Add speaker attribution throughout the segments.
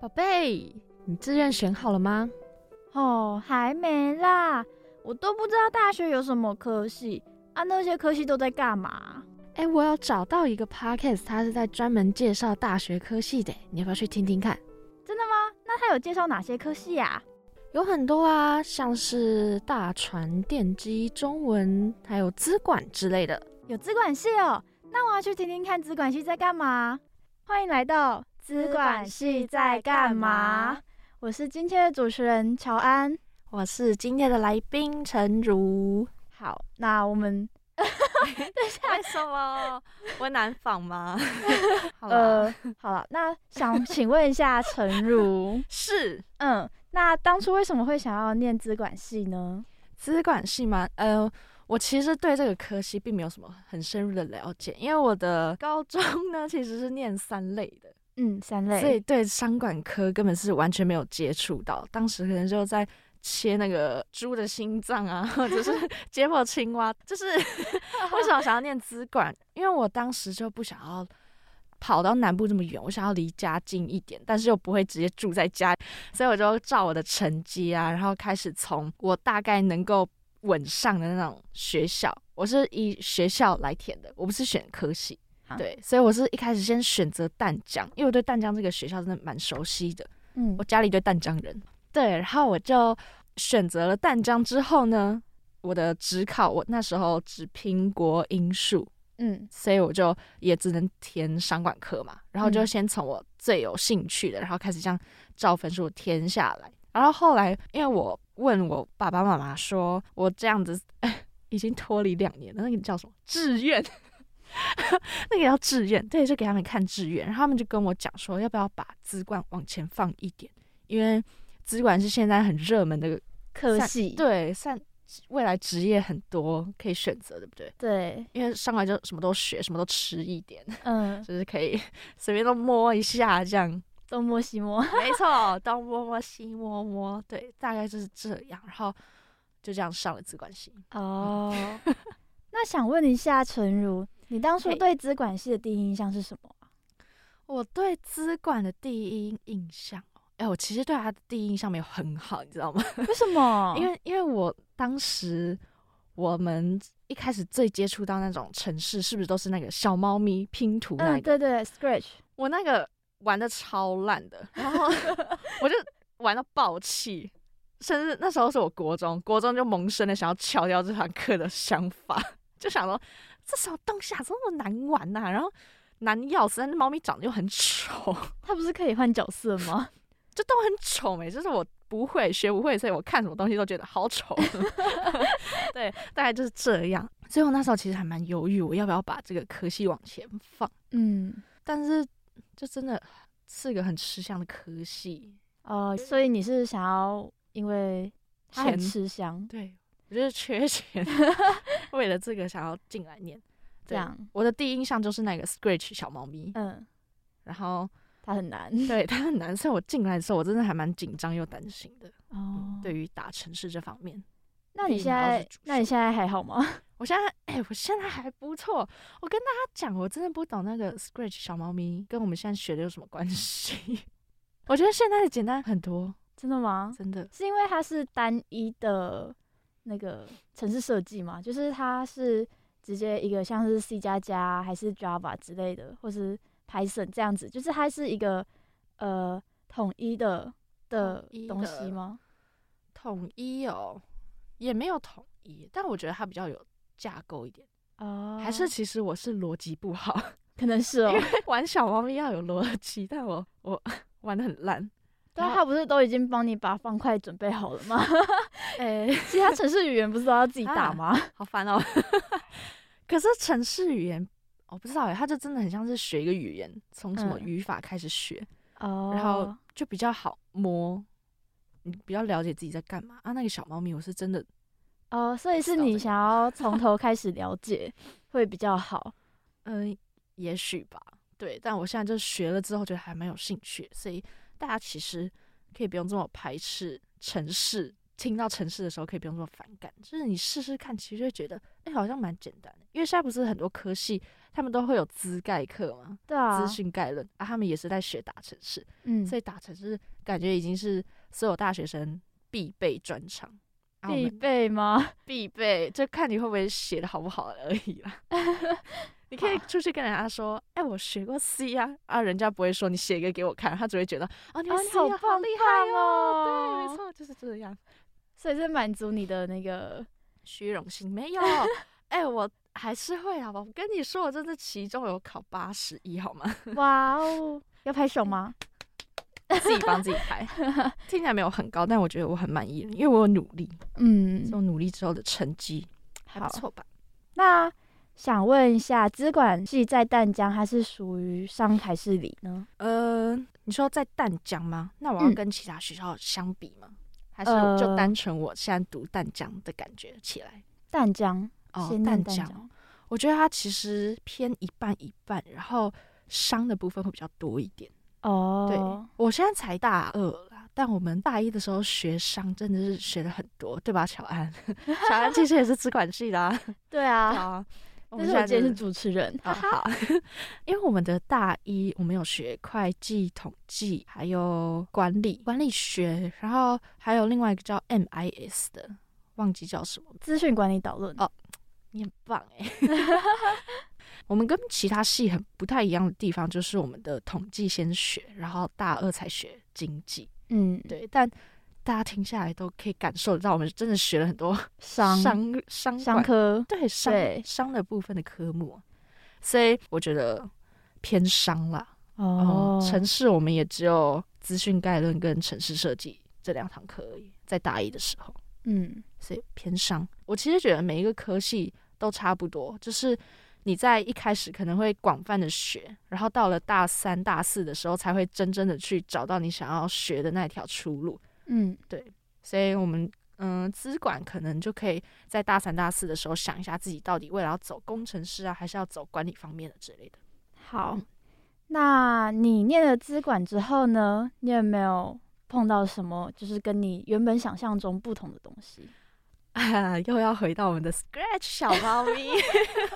Speaker 1: 宝贝，你志愿选好了吗？
Speaker 2: 哦，还没啦，我都不知道大学有什么科系啊，那些科系都在干嘛？
Speaker 1: 哎，我有找到一个 podcast，它是在专门介绍大学科系的，你要不要去听听看？
Speaker 2: 真的吗？那他有介绍哪些科系啊？
Speaker 1: 有很多啊，像是大船、电机、中文，还有资管之类的。
Speaker 2: 有资管系哦，那我要去听听看资管系在干嘛。欢迎来到资管系在干嘛？我是今天的主持人乔安。
Speaker 1: 我是今天的来宾陈如。
Speaker 2: 好，那我们
Speaker 3: 为什 么？我难仿吗？
Speaker 1: 好了，
Speaker 2: 呃，好了，那 想请问一下陈如，
Speaker 3: 是
Speaker 2: 嗯，那当初为什么会想要念资管系呢？
Speaker 1: 资管系吗？呃，我其实对这个科系并没有什么很深入的了解，因为我的高中呢其实是念三类的。
Speaker 2: 嗯，三类，
Speaker 1: 所以对商管科根本是完全没有接触到。当时可能就在切那个猪的心脏啊，或 者是解剖青蛙。就是为什么想要念资管？因为我当时就不想要跑到南部这么远，我想要离家近一点，但是又不会直接住在家，所以我就照我的成绩啊，然后开始从我大概能够稳上的那种学校，我是以学校来填的，我不是选科系。
Speaker 2: 啊
Speaker 1: 对，所以我是一开始先选择淡江，因为我对淡江这个学校真的蛮熟悉的，
Speaker 2: 嗯
Speaker 1: 我，家里对淡江人。对，然后我就选择了淡江之后呢，我的职考我那时候只拼国英数，
Speaker 2: 嗯，
Speaker 1: 所以我就也只能填商管科嘛，然后就
Speaker 2: 嗯
Speaker 1: 先从我最有兴趣的，然后开始这样照分数填下来。然后后来，因为我问我爸爸妈妈说，我这样子、 已经脱离两年了，那个叫什么志愿？ 那个叫志愿，对，就给他们看志愿，然后他们就跟我讲说，要不要把资管往前放一点，因为资管是现在很热门的，
Speaker 2: 科
Speaker 1: 算
Speaker 2: 系，
Speaker 1: 对，算未来职业很多可以选择，对不对？
Speaker 2: 对，
Speaker 1: 因为上来就什么都学，什么都吃一点，
Speaker 2: 嗯，
Speaker 1: 就是可以随便都摸一下这样。
Speaker 2: 东摸西摸，
Speaker 1: 没错，东摸摸西摸摸，对，大概就是这样。然后就这样上了资管系。
Speaker 2: 哦，那想问一下陈如，你当初
Speaker 1: 嘿
Speaker 2: 对资管系的第一印象是什么 啊？
Speaker 1: 我对资管的第一印象哦，哎、我其实对他的第一印象没有很好，你知道吗？
Speaker 2: 为什么？
Speaker 1: 因为因为我当时我们一开始最接触到那种城市，是不是都是那个小猫咪拼图那
Speaker 2: 嗯，
Speaker 1: 个？
Speaker 2: 对对，Scratch，
Speaker 1: 我那个玩的超烂的，然后 我就玩到爆气，甚至那时候是我国中，国中就萌生了想要翘掉这堂课的想法， 就想说这什么东西啊，怎么那么难玩呐、然后难要死，但是猫咪长得又很丑，
Speaker 2: 它不是可以换角色吗？
Speaker 1: 就都很丑没、就是我不会学不会，所以我看什么东西都觉得好丑。 对，大概就是这样。所以我那时候其实还蛮犹豫，我要不要把这个科系往前放，
Speaker 2: 嗯，
Speaker 1: 但是就真的是个很吃香的科系，
Speaker 2: 哦，所以你是想要因为它很
Speaker 1: 钱
Speaker 2: 吃香
Speaker 1: 对，我就是缺钱，为了这个想要进来念。
Speaker 2: 这
Speaker 1: 对
Speaker 2: 样，
Speaker 1: 我的第一印象就是那个 Scratch 小猫咪，
Speaker 2: 嗯，
Speaker 1: 然后
Speaker 2: 它很难
Speaker 1: 对它很难，所以我进来的时候我真的还蛮紧张又担心的。
Speaker 2: 哦。
Speaker 1: 嗯对，于打城市这方面，
Speaker 2: 那你
Speaker 1: 毕
Speaker 2: 现
Speaker 1: 竟它是
Speaker 2: 在
Speaker 1: 主，
Speaker 2: 那你
Speaker 1: 修
Speaker 2: 现在还好吗？
Speaker 1: 我现在哎、我现在还不错。我跟大家讲，我真的不懂那个 Scratch 小猫咪跟我们现在学的有什么关系。 我觉得现在的简单很多，
Speaker 2: 真的吗？
Speaker 1: 真的。
Speaker 2: 是因为它是单一的那个城市设计嘛，就是它是直接一个像是 C 加加还是 Java 之类的，或是 Python 这样子，就是它是一个呃统一的的
Speaker 1: 统一
Speaker 2: 东
Speaker 1: 的
Speaker 2: 西吗？
Speaker 1: 统一哦，也没有统一，但我觉得它比较有架构一点。
Speaker 2: 哦
Speaker 1: 还是其实我是逻辑不好，
Speaker 2: 可能是哦，
Speaker 1: 玩小猫咪要有逻辑，但我我 玩的很烂。
Speaker 2: 但
Speaker 1: 后
Speaker 2: 它不是都已经帮你把方块准备好了吗？
Speaker 1: 哎、
Speaker 2: 其他城市语言不是都要自己打
Speaker 1: 啊
Speaker 2: 吗？
Speaker 1: 好烦哦。可是城市语言，我不知道哎，它就真的很像是学一个语言，从什么
Speaker 2: 嗯
Speaker 1: 语法开始学，
Speaker 2: 哦
Speaker 1: 然后就比较好摸，你比较了解自己在干嘛啊。那个小猫咪，我是真的
Speaker 2: 哦，所以是
Speaker 1: 知道
Speaker 2: 你
Speaker 1: 这个
Speaker 2: 想要从头开始了解会比较好。
Speaker 1: 嗯、也许吧，对。但我现在就学了之后，觉得还蛮有兴趣，所以大家其实可以不用这么排斥城市。听到城市的时候，可以不用这么反感，就是你试试看，其实就会觉得，哎、好像蛮简单的。因为现在不是很多科系他们都会有资概课嘛，
Speaker 2: 对啊，
Speaker 1: 资讯概论啊，他们也是在学打城市，
Speaker 2: 嗯，
Speaker 1: 所以打城市感觉已经是所有大学生必备专长。啊我
Speaker 2: 必
Speaker 1: 们
Speaker 2: 备吗？啊
Speaker 1: 必备，就看你会不会写的好不好而已 啦。你可以出去跟人家说，哎、我学过 C 啊，啊，人家不会说你写一个给我看，他只会觉得，哦，你
Speaker 2: 啊
Speaker 1: 会
Speaker 2: 你
Speaker 1: C
Speaker 2: 好
Speaker 1: 啊
Speaker 2: 棒
Speaker 1: 厉害
Speaker 2: 棒
Speaker 1: 哦，对，
Speaker 2: 哦
Speaker 1: 没错，就是这样。
Speaker 2: 所以是满足你的那 个，
Speaker 1: 虚荣心没有，哎、我还是会好吧。我跟你说，我这次期中有考八十一，好吗？
Speaker 2: 哇哦，要拍手吗？
Speaker 1: 自己帮自己 拍，听起来没有很高，但我觉得我很满意，因为我有努力，
Speaker 2: 嗯
Speaker 1: 这，种努力之后的成绩还
Speaker 2: 好
Speaker 1: 不错吧？
Speaker 2: 那想问一下，资管系在淡江，它是属于上还是里呢？
Speaker 1: 呃，你说在淡江吗？那我要
Speaker 2: 嗯
Speaker 1: 跟其他学校相比吗？还是就
Speaker 2: 呃
Speaker 1: 单纯我现在读淡江的感觉起来？
Speaker 2: 淡江，
Speaker 1: 哦
Speaker 2: 先，念
Speaker 1: 淡
Speaker 2: 淡
Speaker 1: 江，，我觉得它其实偏一半一半，然后商的部分会比较多一点。
Speaker 2: 哦
Speaker 1: 对，，我现在才大二啦，但我们大一的时候学商真的是学了很多，对吧？乔安， 乔安其实也是资管系的、 啊，
Speaker 2: 对
Speaker 1: 对
Speaker 2: 啊，
Speaker 1: 啊。我
Speaker 2: 但
Speaker 1: 们
Speaker 2: 是
Speaker 1: 现在
Speaker 2: 我今天
Speaker 1: 就是
Speaker 2: 主持人，
Speaker 1: 啊、好， 因为我们的大一我们有学会计、统计，还有管理管理学，然后还有另外一个叫 MIS 的，忘记叫什么，
Speaker 2: 资讯管理导论，
Speaker 1: 哦你很棒哎、 我们跟其他系很不太一样的地方，就是我们的统计先学，然后大二才学经济。
Speaker 2: 嗯，，
Speaker 1: 对，但大家听下来都可以感受得到，我们真的学了很多
Speaker 2: 商
Speaker 1: 商商
Speaker 2: 商
Speaker 1: 管
Speaker 2: 科，
Speaker 1: 对商
Speaker 2: 对
Speaker 1: 商的部分的科目，所以我觉得偏商啦。嗯
Speaker 2: 哦，
Speaker 1: 城市我们也只有资讯概论跟城市设计这两堂课而已，在大一的时候，
Speaker 2: 嗯，
Speaker 1: 所以偏商。我其实觉得每一个科系都差不多，就是。你在一开始可能会广泛的学，然后到了大三、大四的时候，才会真正的去找到你想要学的那条出路。
Speaker 2: 嗯，
Speaker 1: 所以我们嗯，资管可能就可以在大三、大四的时候想一下自己到底未来要走工程师啊，还是要走管理方面的之类的。
Speaker 2: 好，那你念了资管之后呢，你有没有碰到什么就是跟你原本想象中不同的东西？
Speaker 1: 啊， 又要回到我们的 Scratch 小猫咪。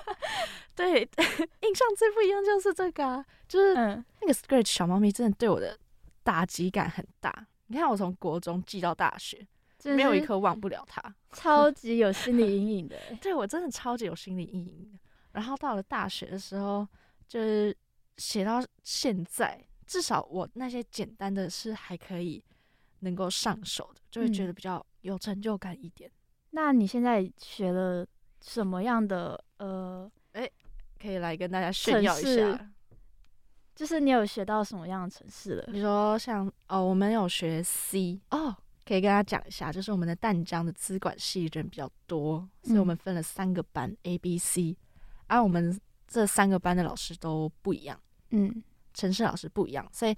Speaker 1: 对， 印象最不一样就是这个、啊，就是
Speaker 2: 嗯，
Speaker 1: 那个 Scratch 小猫咪真的对我的打击感很大。你看，我从国中记到大学，
Speaker 2: 真的
Speaker 1: 没有一
Speaker 2: 是
Speaker 1: 科忘不了它。
Speaker 2: 超级有心理阴影的欸、
Speaker 1: 对我真的超级有心理阴影的。然后到了大学的时候，就是写到现在，至少我那些简单的是还可以能够上手的，就会觉
Speaker 2: 嗯
Speaker 1: 得比较有成就感一点。
Speaker 2: 那你现在学了什么样的呃，
Speaker 1: 可以来跟大家炫
Speaker 2: 城
Speaker 1: 耀一
Speaker 2: 市
Speaker 1: 下。
Speaker 2: 就是你有学到什么样的城市了？
Speaker 1: 你说像哦，我们有学 C 哦，可以跟大家讲一下，就是我们的淡江的资管系人比较多，所以我
Speaker 2: 嗯
Speaker 1: 们分了三个班 A、B、C，而我啊们这三个班的老师都不一样。
Speaker 2: 嗯
Speaker 1: 城市老师不一样，所以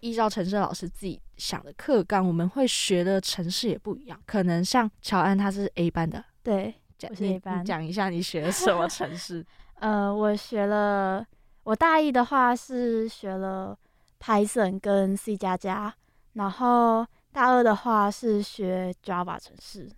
Speaker 1: 依照城市老师自己想的课纲，我们会学的城市也不一样。可能像乔安他是 A 班的，
Speaker 2: 对，
Speaker 1: 讲
Speaker 2: 我是
Speaker 1: 你
Speaker 2: A 班
Speaker 1: 你讲一下你学了什么城市？
Speaker 2: 呃，我学了，我大一的话是学了 Python 跟 C 加加，然后大二的话是学 Java 城市。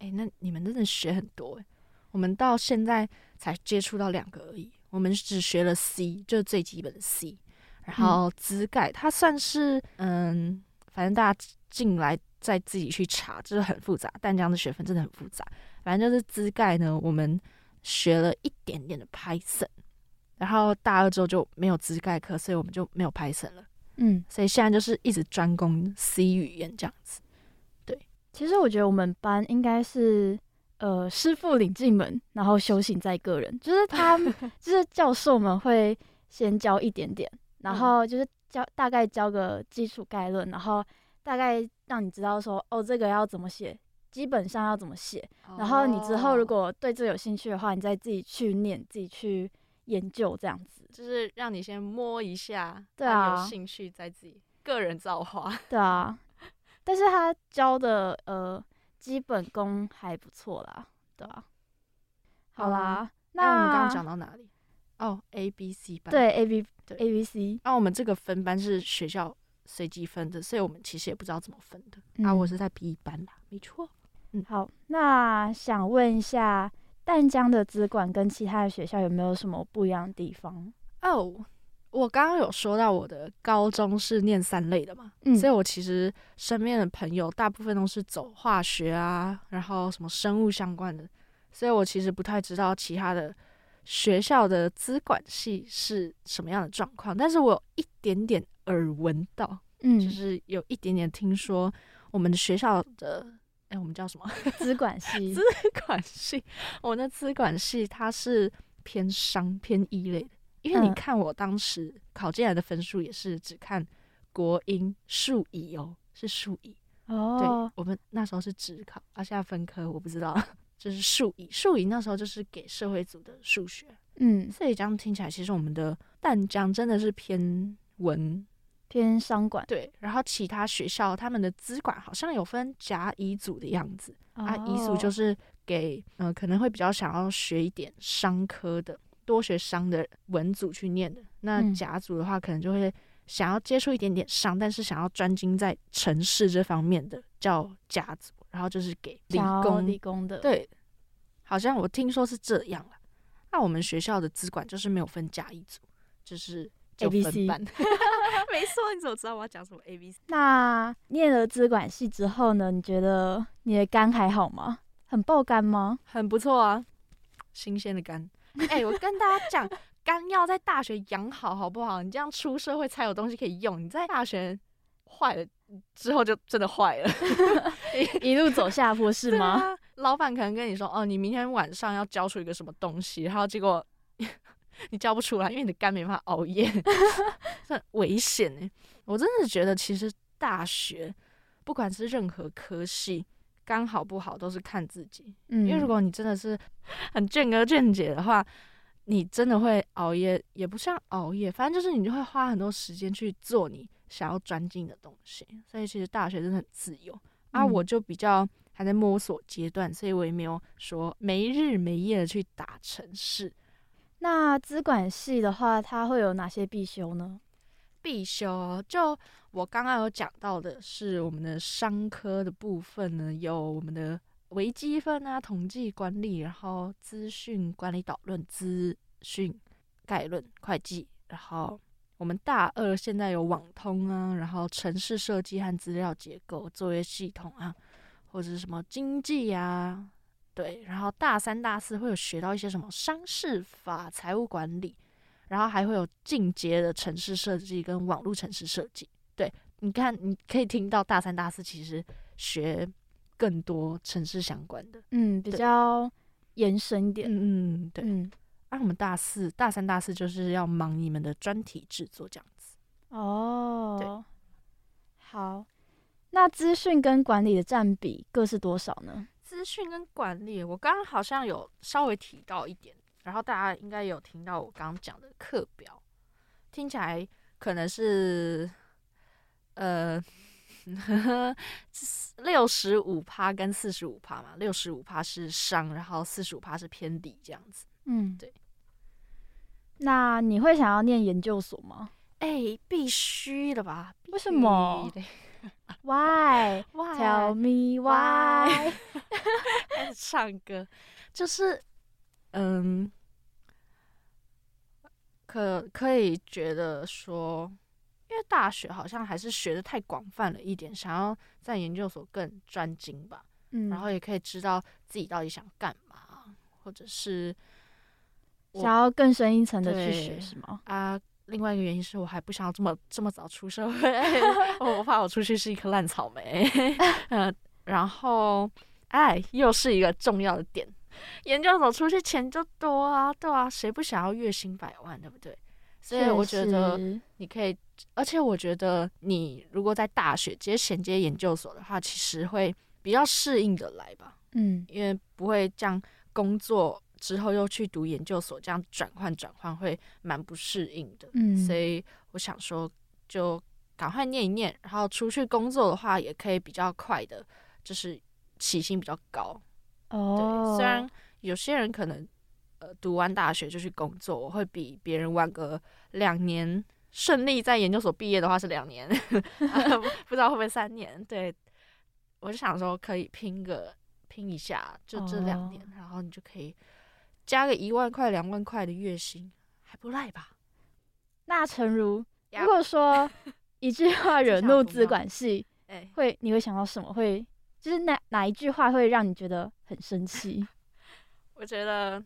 Speaker 1: 哎、那你们真的学很多哎、我们到现在才接触到两个而已，我们只学了 C，就是最基本的 C，然
Speaker 2: 嗯
Speaker 1: 后资盖它算是嗯，反正大家进来再自己去查，就是很复杂。淡江的学分真的很复杂，反正就是资盖呢，我们学了一点点的 Python，然后大二之后就没有资盖课，所以我们就没有 Python 了，
Speaker 2: 嗯，
Speaker 1: 所以现在就是一直专攻 C 语言这样子。
Speaker 2: 其实我觉得我们班应该是。呃，师傅领进门，然后修行在个人。就是他们，就是教授们会先教一点点，
Speaker 1: 嗯
Speaker 2: 然后就是教大概教个基础概论，然后大概让你知道说，哦，这个要怎么写，基本上要怎么写，然后你之
Speaker 1: 哦
Speaker 2: 后如果对这有兴趣的话，你再自己去念，自己去研究这样子。
Speaker 1: 就是让你先摸一下，
Speaker 2: 对
Speaker 1: 让你
Speaker 2: 啊
Speaker 1: 有兴趣再自己个人造 化。
Speaker 2: 对啊，但是他教的呃基本功还不错啦，对啊。好啦，那、
Speaker 1: 哦我们刚刚讲到哪里？哦，A、B、C 班。。
Speaker 2: 对 A B
Speaker 1: 对
Speaker 2: A B C，
Speaker 1: 那、我们这个分班是学校随机分的，所以我们其实也不知道怎么分的。啊，
Speaker 2: 嗯
Speaker 1: 我是在 B 班啦，没错。
Speaker 2: 好，那想问一下，淡江的资管跟其他的学校有没有什么不一样的地方？
Speaker 1: 哦，我刚刚有说到我的高中是念三类的嘛，
Speaker 2: 嗯
Speaker 1: 所以我其实身边的朋友大部分都是走化学啊，然后什么生物相关的，所以我其实不太知道其他的学校的资管系是什么样的状况，但是我有一点点耳闻到，
Speaker 2: 嗯，
Speaker 1: 就是有一点点听说我们的学校的，哎、我们叫什么？
Speaker 2: 资管系
Speaker 1: 资， 管系，我那资管系它是偏商偏一类的，因为你
Speaker 2: 嗯
Speaker 1: 看我当时考进来的分数也是只看国英数乙哦，是数乙。
Speaker 2: 哦
Speaker 1: 对，，我们那时候是只考，啊，现在分科我不知道， 就是数乙。数乙那时候就是给社会组的数学，
Speaker 2: 嗯，
Speaker 1: 所以这样听起来，其实我们的淡江真的是偏文。
Speaker 2: 偏商管
Speaker 1: 对，然后其他学校他们的资管好像有分甲乙组的样子，啊，乙
Speaker 2: 哦
Speaker 1: 组就是是给嗯、呃可能会比较想要学一点商科的，多学商的文组去念的。那
Speaker 2: 嗯
Speaker 1: 甲组的话，可能就会想要接触一点点商，但是想要专精在城市这方面的，叫甲组。然后就是给理工，
Speaker 2: 理工的，，
Speaker 1: 对，好像我听说是这样了。那我们学校的资管就是没有分甲乙组，就是就
Speaker 2: A B
Speaker 1: 分
Speaker 2: C
Speaker 1: 班。
Speaker 3: 没错，你怎么知道我要讲什么 A B C？
Speaker 2: 那念了资管系之后呢？你觉得你的肝还好吗？很爆肝吗？
Speaker 1: 很不错啊，新鲜的肝。哎、我跟大家讲， 肝要在大学养好，好不好？你这样出社会才有东西可以用。你在大学坏了之后，就真的坏了，
Speaker 2: 一路走下坡是
Speaker 1: 对
Speaker 2: 吗？
Speaker 1: 啊？老板可能跟你说，哦，你明天晚上要交出一个什么东西，然后结果 你交不出来，因为你的肝没办法熬夜， 这很危险哎、我真的觉得，其实大学不管是任何科系，肝好不好都是看自己。
Speaker 2: 嗯，
Speaker 1: 因为如果你真的是 很倦哥倦姐的话，你真的会熬夜，也不像熬夜，反正就是你就会花很多时间去做你想要专精的东西。所以其实大学真的很自由啊，
Speaker 2: 嗯
Speaker 1: 我就比较还在摸索阶段，所以我也没有说没日没夜的去打城市
Speaker 2: 那资管系的话，它会有哪些必修呢？
Speaker 1: 必修哦。就我刚刚有讲到的是我们的商科的部分呢，有我们的微积分啊、统计管理，然后资讯管理导论、资讯概论、会计，然后我们大二现在有网通啊，然后城市设计和资料结构、作业系统啊，或者是什么经济啊。对，然后大三、大四会有学到一些什么商事法、财务管理，然后还会有进阶的城市设计跟网络城市设计。对，你看，你可以听到大三、大四其实学更多城市相关的。
Speaker 2: 嗯，比
Speaker 1: 对
Speaker 2: 较延伸一点。
Speaker 1: 嗯嗯，对。
Speaker 2: 嗯，
Speaker 1: 啊，我们大四、大三、大四就是要忙你们的专题制作这样子。
Speaker 2: 哦，好。那资讯跟管理的占比各是多少呢？
Speaker 1: 资讯跟管理，我刚刚好像有稍微提到一点，然后大家应该有听到我刚刚讲的课表，听起来可能是呃 六十五趴跟四十五趴嘛，六十五趴是商，然后四十五趴是偏理这样子。
Speaker 2: 嗯，
Speaker 1: 对。
Speaker 2: 那你会想要念研究 所吗
Speaker 1: 哎、必须的吧？必
Speaker 2: 为什么
Speaker 1: 须的？
Speaker 2: ？Why?
Speaker 1: 哇
Speaker 2: Tell me why？
Speaker 1: Why？开始 唱歌，就是嗯，可可以觉得说，因为大学好像还是学的太广泛了一点，想要在研究所更专精吧，
Speaker 2: 嗯，
Speaker 1: 然后也可以知道自己到底想干嘛，或者是我
Speaker 2: 想要更深一层的去学
Speaker 1: 对
Speaker 2: 是吗？
Speaker 1: 啊。另外一个原因是我还不想要这么这么早出社 会，我我怕我出去是一颗烂草莓。呃，然后哎，又是一个重要的点，研究所出去钱就多啊，对啊，谁不想要月薪百万，对不对？所以
Speaker 2: 确
Speaker 1: 我觉得
Speaker 2: 实
Speaker 1: 你可以，而且我觉得你如果在大学直接衔接研究所的话，其实会比较适应的来吧，
Speaker 2: 嗯，
Speaker 1: 因为不会这样工作之后又去读研究所，这样转换转换会蛮不适应的。
Speaker 2: 嗯
Speaker 1: 所以我想说，就赶快念一念，然后出去工作的话，也可以比较快的，就是起薪比较高。对，
Speaker 2: 哦，
Speaker 1: 虽然有些人可能呃读完大学就去工作，我会比别人晚个两年。顺利在研究所毕业的话是两年， 啊不不知道会不会三年。对，我就想说可以拼个拼一下，就这两年，然后你就可以加个一万块、两万块的月薪，还不赖吧？
Speaker 2: 那诚如，
Speaker 3: 呀
Speaker 2: 如果 说一句话惹怒资管系，
Speaker 3: 哎，
Speaker 2: 会你会想到什么？会就是哪哪一句话会让你觉得很生气？
Speaker 1: 我觉得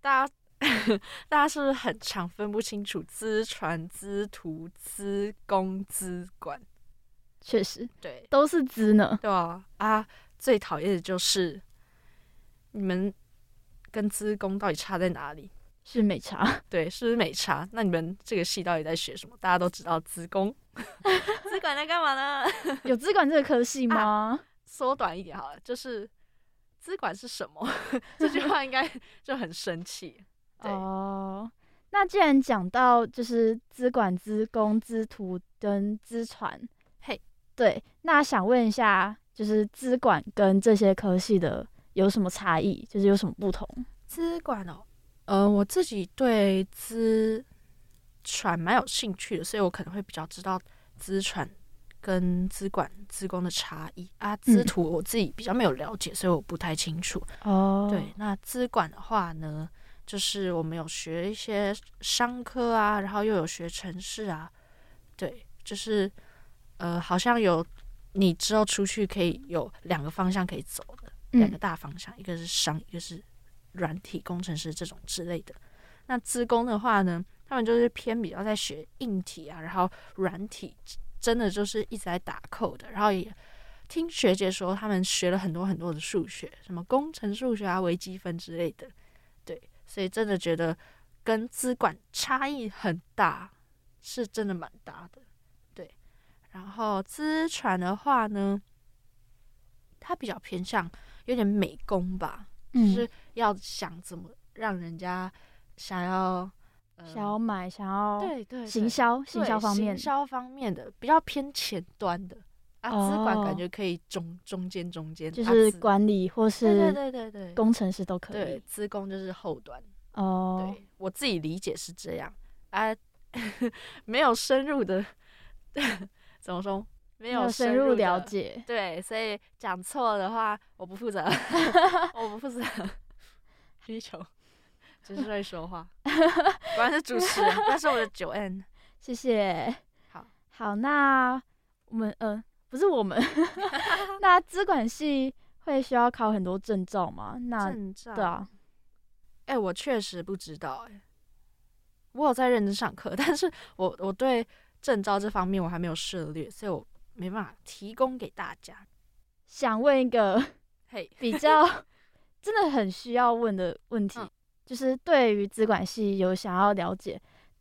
Speaker 1: 大家 大家是不是很常分不清楚资传、资图、资工、资管？
Speaker 2: 确实
Speaker 1: 对
Speaker 2: 都是资呢，
Speaker 1: 对啊啊！最讨厌的就是你们跟资工到底差在哪里？
Speaker 2: 是美 差。
Speaker 1: 对，是不是没差？那你们这个系到底在学什么？大家都知道资工，
Speaker 3: 资管在干嘛呢？
Speaker 2: 有资管这个科系吗？
Speaker 1: 啊缩短一点好了，就是资管是什么？ 这句话应该就很生气。对
Speaker 2: 哦，那既然讲到就是资管、资工、资图跟资传，
Speaker 1: 嘿，
Speaker 2: 对，那想问一下，就是资管跟这些科系的有什么差异？就是有什么不同？
Speaker 1: 资管哦，呃，我自己对资传蛮有兴趣的，所以我可能会比较知道资传跟资管、资工的差异啊。资
Speaker 2: 嗯
Speaker 1: 图我自己比较没有了解，所以我不太清楚。
Speaker 2: 哦
Speaker 1: 对，，那资管的话呢，就是我们有学一些商科啊，然后又有学城市啊，对，就是呃，好像有你之后出去可以有两个方向可以走的，两个
Speaker 2: 嗯，
Speaker 1: 大方向，一个是商，一个是软体工程师这种之类的。那资工的话呢，他们就是偏比较在学硬体啊，然后软体真的就是一直在打扣的，然后也听学姐说他们学了很多很多的数学，什么工程数学啊、微积分之类的，对，所以真的觉得跟资管差异很大，是真的蛮大的，对。然后资传的话呢，它比较偏向有点美工吧，
Speaker 2: 嗯
Speaker 1: 就是要想怎么让人家想要、呃、
Speaker 2: 想要买，想要
Speaker 1: 对对
Speaker 2: 行
Speaker 1: 对
Speaker 2: 销，行
Speaker 1: 对
Speaker 2: 销方面
Speaker 1: 行，销方面的比较偏前端的啊，资管
Speaker 2: 哦
Speaker 1: 感觉可以中中间中间，
Speaker 2: 就
Speaker 1: 啊
Speaker 2: 是
Speaker 1: 资
Speaker 2: 管理或
Speaker 1: 对对
Speaker 2: 是
Speaker 1: 对对对
Speaker 2: 工程师都可
Speaker 1: 对
Speaker 2: 以。
Speaker 1: 资工就是后端，
Speaker 2: 哦，
Speaker 1: 对我自己理解是这样啊， 没有深入的 怎么说？没
Speaker 2: 没
Speaker 1: 有
Speaker 2: 有深
Speaker 1: 入
Speaker 2: 入
Speaker 1: 的
Speaker 2: 了。解。
Speaker 1: 对，所以讲错的话，我不负 责，我不负责。 需 求，只是会说 话，果然是主持人，那是我的九 N。
Speaker 2: 谢谢。
Speaker 1: 好，
Speaker 2: 好，那我们呃，不是 我们， 那资管系会需要考很多证照吗？那
Speaker 1: 阵仗
Speaker 2: 对啊，
Speaker 1: 哎、我确实不知道哎、我有在认真上课，但是我我对证照这方面我还没有涉猎，所以我没办法提供给大家。
Speaker 2: 想问一个
Speaker 1: 嘿，
Speaker 2: 比较真的很需要问的问题，
Speaker 1: 嗯
Speaker 2: 就是对于资管系有想要了解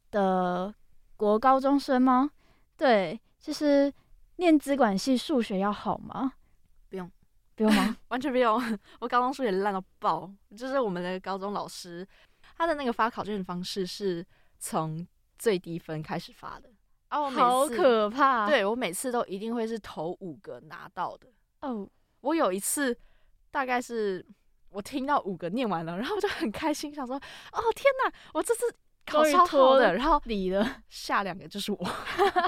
Speaker 2: 的国高中生吗？对，就是念资管系数学要好吗？
Speaker 1: 不用，
Speaker 2: 不用 吗？
Speaker 1: 完全没有，我高中数学烂到爆，就是我们的高中老师，他的那个发考卷的方式是从最低分开始发的，啊，我每次
Speaker 2: 好可怕！，
Speaker 1: 对我每次都一定会是头五个拿到的。
Speaker 2: 哦，
Speaker 1: 我有一次大概是我听到五个念完了，然后我就很开心，想说哦天哪，我这次考
Speaker 2: 终于
Speaker 1: 超好
Speaker 2: 脱
Speaker 1: 的，然后
Speaker 2: 理了，
Speaker 1: 下两个就是我。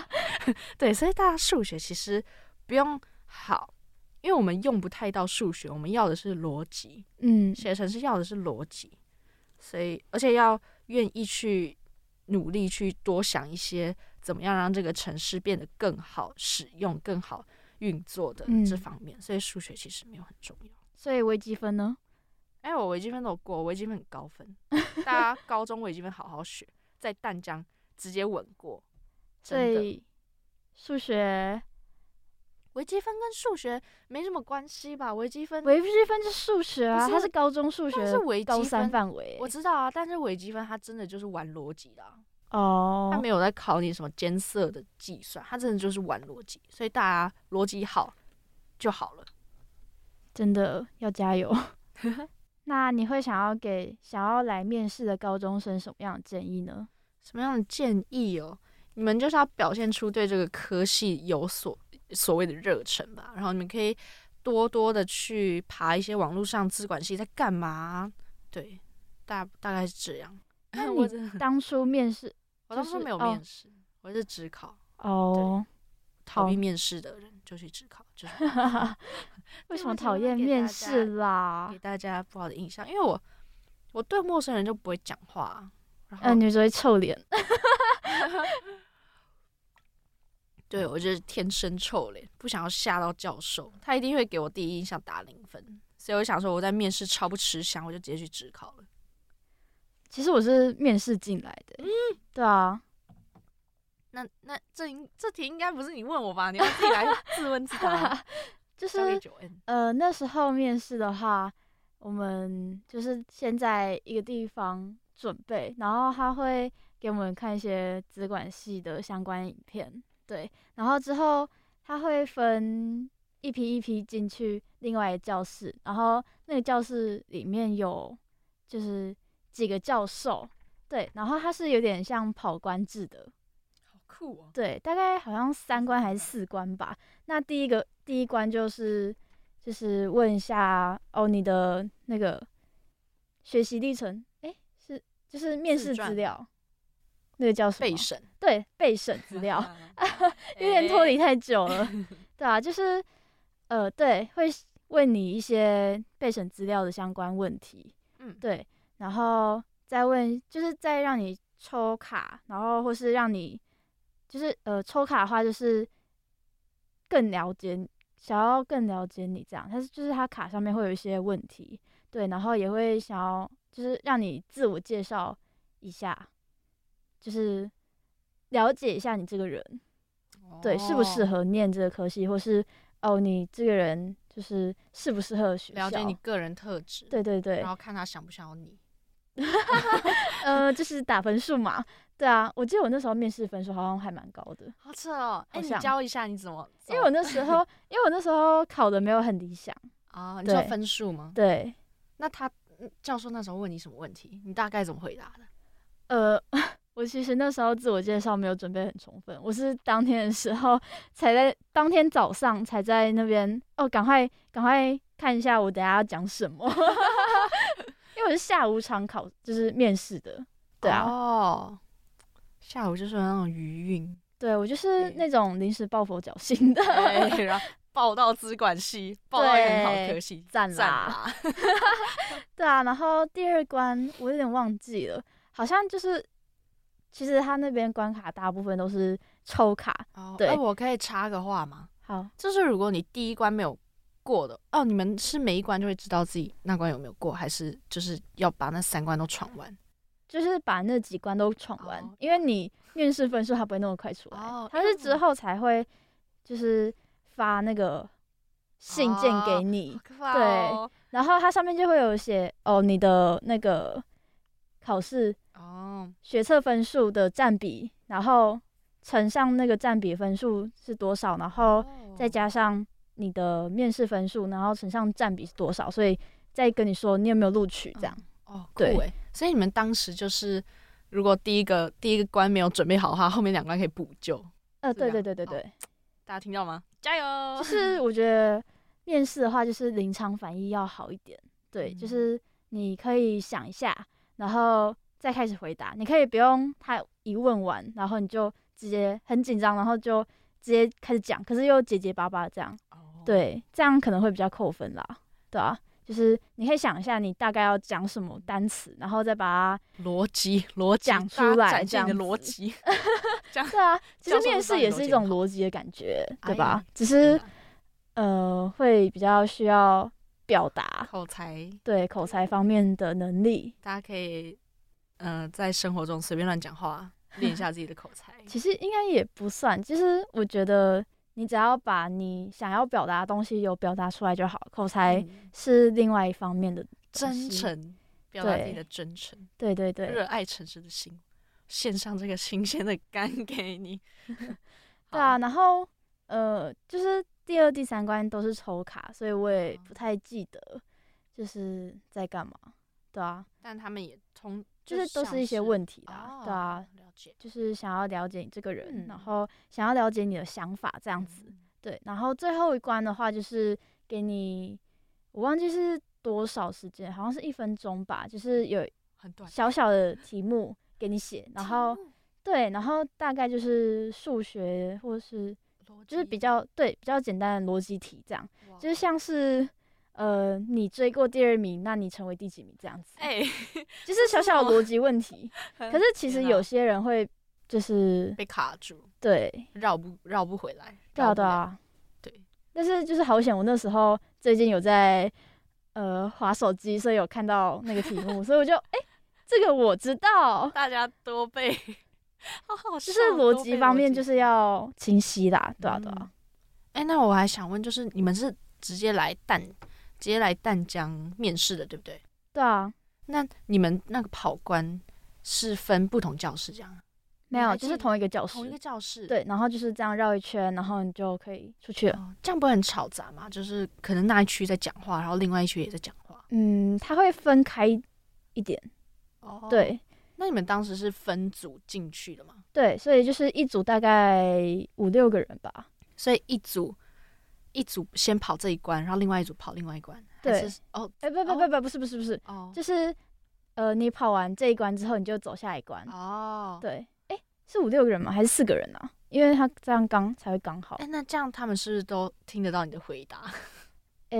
Speaker 1: 对，所以大家数学其实不用好，因为我们用不太到数学，我们要的是逻辑，
Speaker 2: 嗯，
Speaker 1: 写程式要的是逻辑，所以而且要愿意去努力去多想一些怎么样让这个城市变得更好使用、更好运作的这
Speaker 2: 嗯
Speaker 1: 方面，所以数学其实没有很重要。
Speaker 2: 所以微积分呢？
Speaker 1: 哎、我微积分都有过，我微积分很 高分，大家高中微积分好好学，在淡江直接稳过。
Speaker 2: 所
Speaker 1: 真的，
Speaker 2: 以数学
Speaker 1: 微积分跟数学没什么关系吧？微积分，
Speaker 2: 微积分是数学啊，
Speaker 1: 不是
Speaker 2: 它是高中数学
Speaker 1: 但是微
Speaker 2: 高
Speaker 1: 积
Speaker 2: 三
Speaker 1: 分，
Speaker 2: 范围
Speaker 1: 我知道啊，但是微积分它真的就是玩逻辑的啊、它
Speaker 2: 哦。
Speaker 1: 没有在考你什么艰涩的计算，它真的就是玩逻辑，所以大家逻辑好就好了。
Speaker 2: 真的要加油。那你会想要给想要来面试的高中生什么样的建议呢？
Speaker 1: 什么样的建议哦？你们就是要表现出对这个科系有所所谓的热忱吧，然后你们可以多多的去爬一些网络上资管系在干嘛啊，对，大大概是这 样。
Speaker 2: 那
Speaker 1: 我
Speaker 2: 你
Speaker 1: 真的
Speaker 2: 当初面试
Speaker 1: 我当
Speaker 2: 就
Speaker 1: 时
Speaker 2: 是
Speaker 1: 没有
Speaker 2: 哦
Speaker 1: 面试，我是只考，
Speaker 2: 哦，
Speaker 1: 逃
Speaker 2: 好
Speaker 1: 避面试的人就去只考，就是 对我
Speaker 2: 为什么
Speaker 1: 想要
Speaker 2: 讨厌
Speaker 1: 给
Speaker 2: 面
Speaker 1: 大家
Speaker 2: 试啦
Speaker 1: 给？大家不好的印象，因为我我对陌生人就不会讲话，然后、
Speaker 2: 嗯，你只会臭脸。
Speaker 1: 对我就是天生臭脸，不想要吓到教授，他一定会给我第一印象打零分，所以我想说我在面试超不吃香，我就直接去职考了。
Speaker 2: 其实我是面试进来的、嗯，对啊，
Speaker 1: 那那这应这题应该不是你问我吧？你要自己 来自问自答。
Speaker 2: 就
Speaker 1: 交给
Speaker 2: 是
Speaker 1: 九 N，
Speaker 2: 呃，那时候面试的话，我们就是先在一个地方准备，然后他会给我们看一些资管系的相关影片，对，然后之后他会分一批一批进去另外一个教室，然后那个教室里面有就是几个教授，对，然后他是有点像跑官制的，
Speaker 1: 好酷哦！
Speaker 2: 对，大概好像三关还是四关吧。那第一个第一关就是就是问一下哦，你的那个学习历程，诶，是就是面
Speaker 1: 自
Speaker 2: 试资
Speaker 1: 传
Speaker 2: 料，那个叫什么？
Speaker 1: 备审啊
Speaker 2: 对，备审资料。 有点脱离太久了，对啊，就是呃，对，会问你一些备审资料的相关问题，
Speaker 1: 嗯，
Speaker 2: 对，然后再问，就是再让你抽卡，然后或是让你就是呃抽卡的话，就是更了解你，想要更了解你这样，但是就是他卡上面会有一些问题，对，然后也会想要就是让你自我介绍一下，就是了解一下你这个人。
Speaker 1: 哦
Speaker 2: 对，适不适
Speaker 1: 合
Speaker 2: 合念这个科系，或是哦，你这个人就是适不适合学校？
Speaker 1: 了解你嗯个人特质，，
Speaker 2: 对对对
Speaker 1: 然，后看他想不想要你。
Speaker 2: 呃，就是打分数嘛。对啊，我记得我那时候面试分数好像还蛮高的，
Speaker 1: 好扯哦！哎、
Speaker 2: 好
Speaker 1: 你
Speaker 2: 像
Speaker 1: 教一下你怎么？
Speaker 2: 因为我那时
Speaker 1: 哦
Speaker 2: 候，因为我那时候考的没有很理想。
Speaker 1: 啊、你说
Speaker 2: 对
Speaker 1: 分数吗？
Speaker 2: 对，
Speaker 1: 那他嗯教授那时候问你什么问题？你大概怎么回答的？
Speaker 2: 呃， 我其实那时候自我介绍没有准备很充分，我是当天的时候才在当天早上才在那边哦，赶快赶快看一下我等一下要讲什么， 因为我是下午场考，就是面试的。对啊，
Speaker 1: 哦，下午就是有那种余 韵，
Speaker 2: 对我就是
Speaker 1: 对哦
Speaker 2: 那种临时抱佛脚型的，
Speaker 1: 对，然后报到资管系，报到一个很好的科系，
Speaker 2: 赞
Speaker 1: 赞
Speaker 2: 啦！
Speaker 1: 啦！
Speaker 2: 对啊，然后第二关我有点忘记了，好像就是其实他那边关卡大部分都是抽卡。
Speaker 1: 哦，
Speaker 2: 对
Speaker 1: 哎我可以插个话吗？
Speaker 2: 好，
Speaker 1: 就是如果你第一关没有过的，哦，你们是每一关就会知道自己那关有没有过，还是就是要把那三关都闯完？
Speaker 2: 就是把那几关都闯完，
Speaker 1: 哦
Speaker 2: 因为你面试分数它不会那么快出来，
Speaker 1: 哦
Speaker 2: 它
Speaker 1: 因为
Speaker 2: 是之后才会就是发那个信件
Speaker 1: 哦
Speaker 2: 给你，
Speaker 1: 可怕
Speaker 2: 哦！然后它上面就会有写哦你的那个考试
Speaker 1: 对，哦，
Speaker 2: 学测分数的占比，然后乘上那个占比分数是多少，然
Speaker 1: 哦
Speaker 2: 后
Speaker 1: 嗯
Speaker 2: 再加上你的面试分数，然后乘上占比是多少，所以再跟你说你有没有录取这样。
Speaker 1: 哦，酷
Speaker 2: 对
Speaker 1: 哎！所以你们当时就是，如果第一个第一个关没有准备好的话，后面两关可以补救。
Speaker 2: 呃，
Speaker 1: 是这
Speaker 2: 对
Speaker 1: 样
Speaker 2: 对对对对，
Speaker 1: 大家听到吗？加油！
Speaker 2: 就是我觉得面试的话，就是临场反应要好一点。对，
Speaker 1: 嗯
Speaker 2: 就是你可以想一下，然后再开始回答。你可以不用他一问完，然后你就直接很紧张，然后就直接开始讲，可是又结结巴巴这样。
Speaker 1: 哦，
Speaker 2: 对，这样可能会比较扣分啦，对啊，就是你可以想一下你大概要讲什么单词，然后再把
Speaker 1: 逻辑逻辑
Speaker 2: 讲出
Speaker 1: 大家
Speaker 2: 来
Speaker 1: 展
Speaker 2: 这
Speaker 1: 现你的
Speaker 2: 样
Speaker 1: 逻
Speaker 2: 子
Speaker 1: 辑。
Speaker 2: 它， 对啊，其
Speaker 1: 教
Speaker 2: 实
Speaker 1: 授会
Speaker 2: 面
Speaker 1: 帮
Speaker 2: 试
Speaker 1: 你
Speaker 2: 也
Speaker 1: 逻
Speaker 2: 是
Speaker 1: 辑
Speaker 2: 一种
Speaker 1: 很好
Speaker 2: 逻辑的感觉，
Speaker 1: 哎呀
Speaker 2: 对吧？只
Speaker 1: 天
Speaker 2: 是
Speaker 1: 哪
Speaker 2: 呃，会比较需要表达，
Speaker 1: 口才，
Speaker 2: 对口才方面的能力。
Speaker 1: 大家可以呃在生活中随便乱讲话，练一下自己的口才。
Speaker 2: 其实应该也不算，其实我觉得你只要把你想要表达的东西有表达出来就好，口才
Speaker 1: 嗯
Speaker 2: 是另外一方面的东
Speaker 1: 真
Speaker 2: 西。
Speaker 1: 诚，表达自己
Speaker 2: 对
Speaker 1: 的真诚，
Speaker 2: 对对对，
Speaker 1: 热爱城市的心，献上这个新鲜的肝给你。
Speaker 2: 对啊，
Speaker 1: 好，
Speaker 2: 然后呃，就是第二、第三关都是抽卡，所以我也
Speaker 1: 嗯
Speaker 2: 不太记得就是在干嘛。对啊，
Speaker 1: 但他们也通，
Speaker 2: 就是都
Speaker 1: 像
Speaker 2: 是一些问题啦。
Speaker 1: 哦
Speaker 2: 对啊，，
Speaker 1: 了解
Speaker 2: 就是想要了解你这个人，
Speaker 1: 嗯
Speaker 2: 然后想要了解你的想法这
Speaker 1: 这
Speaker 2: 样子。。对，然后最后一关的话就是给你，我忘记是多少时间，好像是一分钟吧，就是有
Speaker 1: 很短。
Speaker 2: 小小的题目给你写，然后
Speaker 1: 题目
Speaker 2: 对，然后大概就是数学或是
Speaker 1: 逻辑哦
Speaker 2: 就是比较对比较简单的逻辑题这样，
Speaker 1: 哇
Speaker 2: 就是像是呃，你追过第二名，那你成为第几名这样子，
Speaker 1: 哎、
Speaker 2: 就是小小的逻辑问题。
Speaker 1: 很
Speaker 2: 可是其实
Speaker 1: 天哪
Speaker 2: 有些人会就是
Speaker 1: 被卡住，
Speaker 2: 对，
Speaker 1: 绕不绕不回来。
Speaker 2: 对啊
Speaker 1: 绕不
Speaker 2: 对
Speaker 1: 了，
Speaker 2: 啊，
Speaker 1: 对。
Speaker 2: 但是就是好险，我那时候最近有在呃划手机，所以有看到那个题 目，所以我就哎、这个我知道，
Speaker 1: 大家多被，好好笑
Speaker 2: 就是
Speaker 1: 多
Speaker 2: 逻辑
Speaker 1: 被
Speaker 2: 方面就是是要清晰啦，对啊对啊
Speaker 1: 嗯。哎、那我还想问，就是你们是直接来淡，直接来淡江面试的，对不对？
Speaker 2: 对啊，
Speaker 1: 那你们那个跑官是分不同教室这样？
Speaker 2: 没
Speaker 1: 你
Speaker 2: 有
Speaker 1: 还
Speaker 2: 就是
Speaker 1: 记
Speaker 2: 同一个教室
Speaker 1: 同一，个教室？。
Speaker 2: 对，然后就是这样绕一圈，然后你就可以出去了。
Speaker 1: 哦，这样不会很吵杂吗？就是可能那一区在讲话，然后另外一区也在讲话。
Speaker 2: 嗯，它会分开一点，
Speaker 1: 哦，
Speaker 2: 对
Speaker 1: 那你们当时是分组进去的吗？
Speaker 2: 对，所以就是一组大概五六个人吧。
Speaker 1: 所以一组一组先跑这一关，然后另外一组跑另外一关。还
Speaker 2: 对
Speaker 1: 是，哦
Speaker 2: 哎、不不不不，不是不是不是，
Speaker 1: 哦
Speaker 2: 就是呃，你跑完这一关之后，你就走下一关。
Speaker 1: 哦。
Speaker 2: 对，哎、是五六个人吗？还是四个人啊？因为他这样刚才会刚好
Speaker 1: 哎、。那这样他们是不是都听得到你的回答？
Speaker 2: 呃、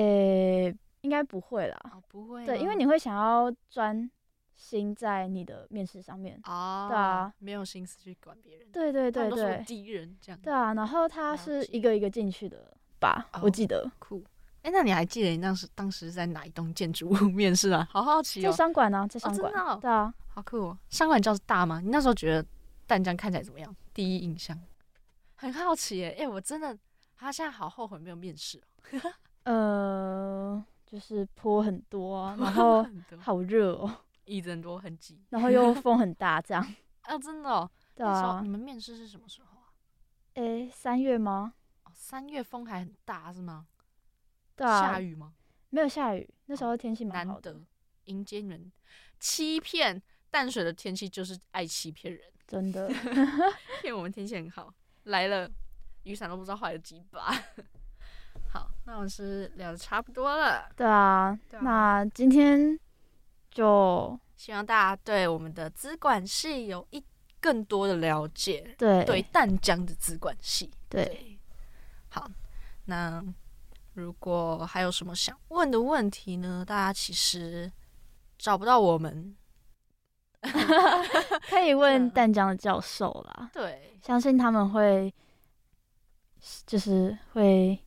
Speaker 2: 应该不会啦。
Speaker 1: 哦，不会吗。
Speaker 2: 对，因为你会啊想要专心在你的面试上面。
Speaker 1: 哦，
Speaker 2: 对啊，
Speaker 1: 没有心思去管别人。
Speaker 2: 对对
Speaker 1: 他们
Speaker 2: 对
Speaker 1: 都是我
Speaker 2: 对，
Speaker 1: 敌人这样。
Speaker 2: 对啊。然后他
Speaker 1: 了
Speaker 2: 是
Speaker 1: 解
Speaker 2: 一个一个进去的吧？
Speaker 1: 哦
Speaker 2: 我记得
Speaker 1: 酷。哎、那你还记得你当时当时在哪一栋建筑物面试啊？好好奇
Speaker 2: 在
Speaker 1: 哦，
Speaker 2: 商馆呢，在商
Speaker 1: 真
Speaker 2: 馆。
Speaker 1: 的哦
Speaker 2: 对啊，
Speaker 1: 好酷哦！商管教室大吗？你那时候觉得淡江看起来怎么样？第一印象？很好奇耶，哎、我真的，他现在好后悔没有面试哦、
Speaker 2: 呃，就是坡很 多啊，然 后
Speaker 1: 很多
Speaker 2: 好热哦，
Speaker 1: 椅哦子很多，很挤
Speaker 2: 然后又风很大，这样。
Speaker 1: 啊，真的、哦。
Speaker 2: 对
Speaker 1: 那时候
Speaker 2: 啊
Speaker 1: 你，们面试是什么时候啊？
Speaker 2: 诶，三月吗？
Speaker 1: 哦，三月风还很大是吗？
Speaker 2: 对啊
Speaker 1: 下，雨吗？
Speaker 2: 没有下雨，那时候天气蛮
Speaker 1: 难
Speaker 2: 好的
Speaker 1: 得，迎接你们欺骗淡水的天气就是爱欺骗人，
Speaker 2: 真的。
Speaker 1: 骗我们天气很好，来了雨伞都不知道坏了几把。 好，那我是聊的差不多了，
Speaker 2: 对啊，
Speaker 1: 对啊
Speaker 2: 那今天就
Speaker 1: 希望大家对我们的资管系有一更多的了解，
Speaker 2: 对
Speaker 1: 对淡江的资管系。
Speaker 2: 对
Speaker 1: 对，好，那如果还有什么想问的问题呢？大家其实找不到我们，
Speaker 2: 可 以问
Speaker 1: 嗯
Speaker 2: 淡江的教授啦，
Speaker 1: 对，
Speaker 2: 相信他们会，就是会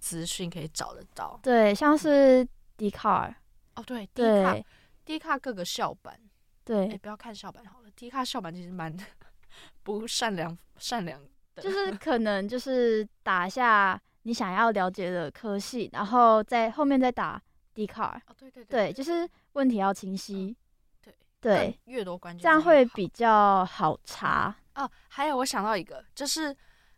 Speaker 1: 资讯可以找得到。
Speaker 2: 对，像是笛卡尔，
Speaker 1: 哦，对，低卡
Speaker 2: 对
Speaker 1: 低卡各个校版，哎、
Speaker 2: 对，
Speaker 1: 不要看校版好了，低卡校版其实蛮 不善良善良的，
Speaker 2: 就是可能就是打一下你想要了解的科系，然后在后面再打 d c a r
Speaker 1: 哦，对对嗯
Speaker 2: 对，就是问题要清晰，
Speaker 1: 对
Speaker 2: 对，
Speaker 1: 更越多关键
Speaker 2: 这样
Speaker 1: 字越
Speaker 2: 会
Speaker 1: 好
Speaker 2: 比较好查。
Speaker 1: 哦。还有我想到一个，就是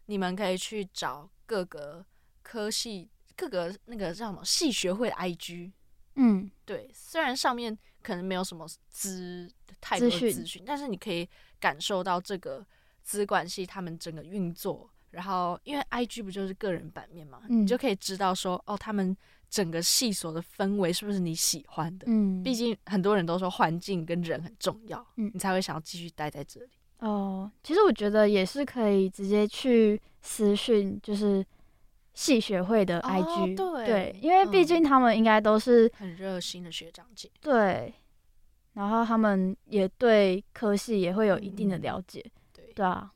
Speaker 1: 你们可以去找各个科系、各个那个叫什么系学会的 IG，
Speaker 2: 嗯，
Speaker 1: 对，虽然上面可能没有什么资太多
Speaker 2: 资
Speaker 1: 的
Speaker 2: 讯
Speaker 1: 资讯，但是你可以感受到这个资管系他们整个运作。然后，因为 I G 不就是个人版面嘛，
Speaker 2: 嗯
Speaker 1: 你就可以知道说，哦，他们整个系所的氛围是不是你喜欢的？
Speaker 2: 嗯
Speaker 1: 毕竟很多人都说环境跟人很重要，
Speaker 2: 嗯
Speaker 1: 你才会想要继续待在这里。
Speaker 2: 哦，其实我觉得也是可以直接去私讯，就是系学会的
Speaker 1: 哦
Speaker 2: IG，、
Speaker 1: 对
Speaker 2: 因为毕
Speaker 1: 嗯
Speaker 2: 竟他们应该都是、
Speaker 1: 很热心的学长姐，
Speaker 2: 对，然后他们也对科系也会有一定的
Speaker 1: 嗯
Speaker 2: 了解，
Speaker 1: 对，
Speaker 2: 对啊，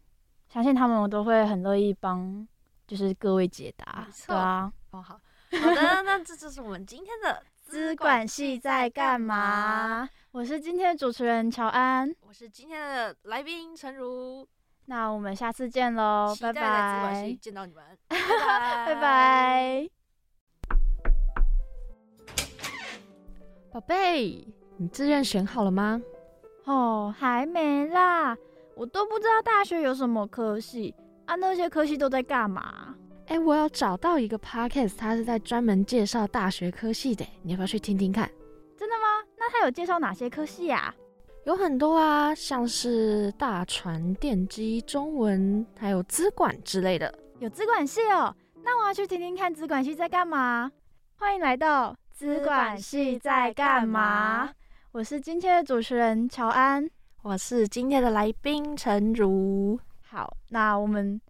Speaker 2: 相信他们都会很乐意帮，就是各位解答
Speaker 1: 没，错
Speaker 2: 对啊。
Speaker 1: 哦好，好的，那这就是我们今天 的
Speaker 2: 资管系在干嘛？我是今天的主持人乔安，
Speaker 1: 我是今天的来宾陈如，
Speaker 2: 那我们下次见喽，
Speaker 1: 期
Speaker 2: 拜
Speaker 1: 待在资管系
Speaker 2: 拜，
Speaker 1: 见到你 们，
Speaker 2: 拜
Speaker 1: 拜
Speaker 2: 拜。
Speaker 4: 宝贝，你志愿选好了吗？
Speaker 2: 哦，还没啦，我都不知道大学有什么科系啊，那些科系都在干嘛？
Speaker 4: 哎，我有找到一个 podcast，它是在专门介绍大学科系的，你要不要去听听看？
Speaker 2: 真的吗？那他有介绍哪些科系啊呀、
Speaker 4: 有很多啊，像是大船、电机、中文，还有资管之类的。
Speaker 2: 有资管系哦，那我要去听听看资管系在干嘛。欢迎来到资管系在干嘛？我是今天的主持人乔安。
Speaker 4: 我是今天的来宾陈如，
Speaker 2: 好，那我们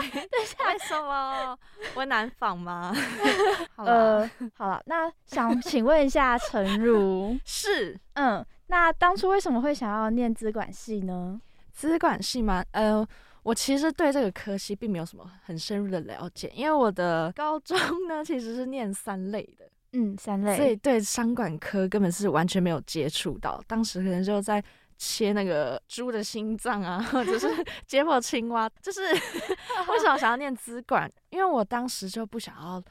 Speaker 1: 为什 么？我难仿吗？ 好了，
Speaker 2: 呃，好了，那想请问一下陈如，
Speaker 1: 是
Speaker 2: 嗯，那当初为什么会想要念资管系呢？
Speaker 1: 资管系吗？呃，我其实对这个科系并没有什么很深入的了解，因为我的高中呢其实是念三类的，
Speaker 2: 嗯，三
Speaker 1: 所以
Speaker 2: 类，
Speaker 1: 对商管科根本是完全没有接触到。当时可能就在切那个猪的心脏啊，或 者是解剖青蛙。就是为什么想要念资管？因为我当时就不想要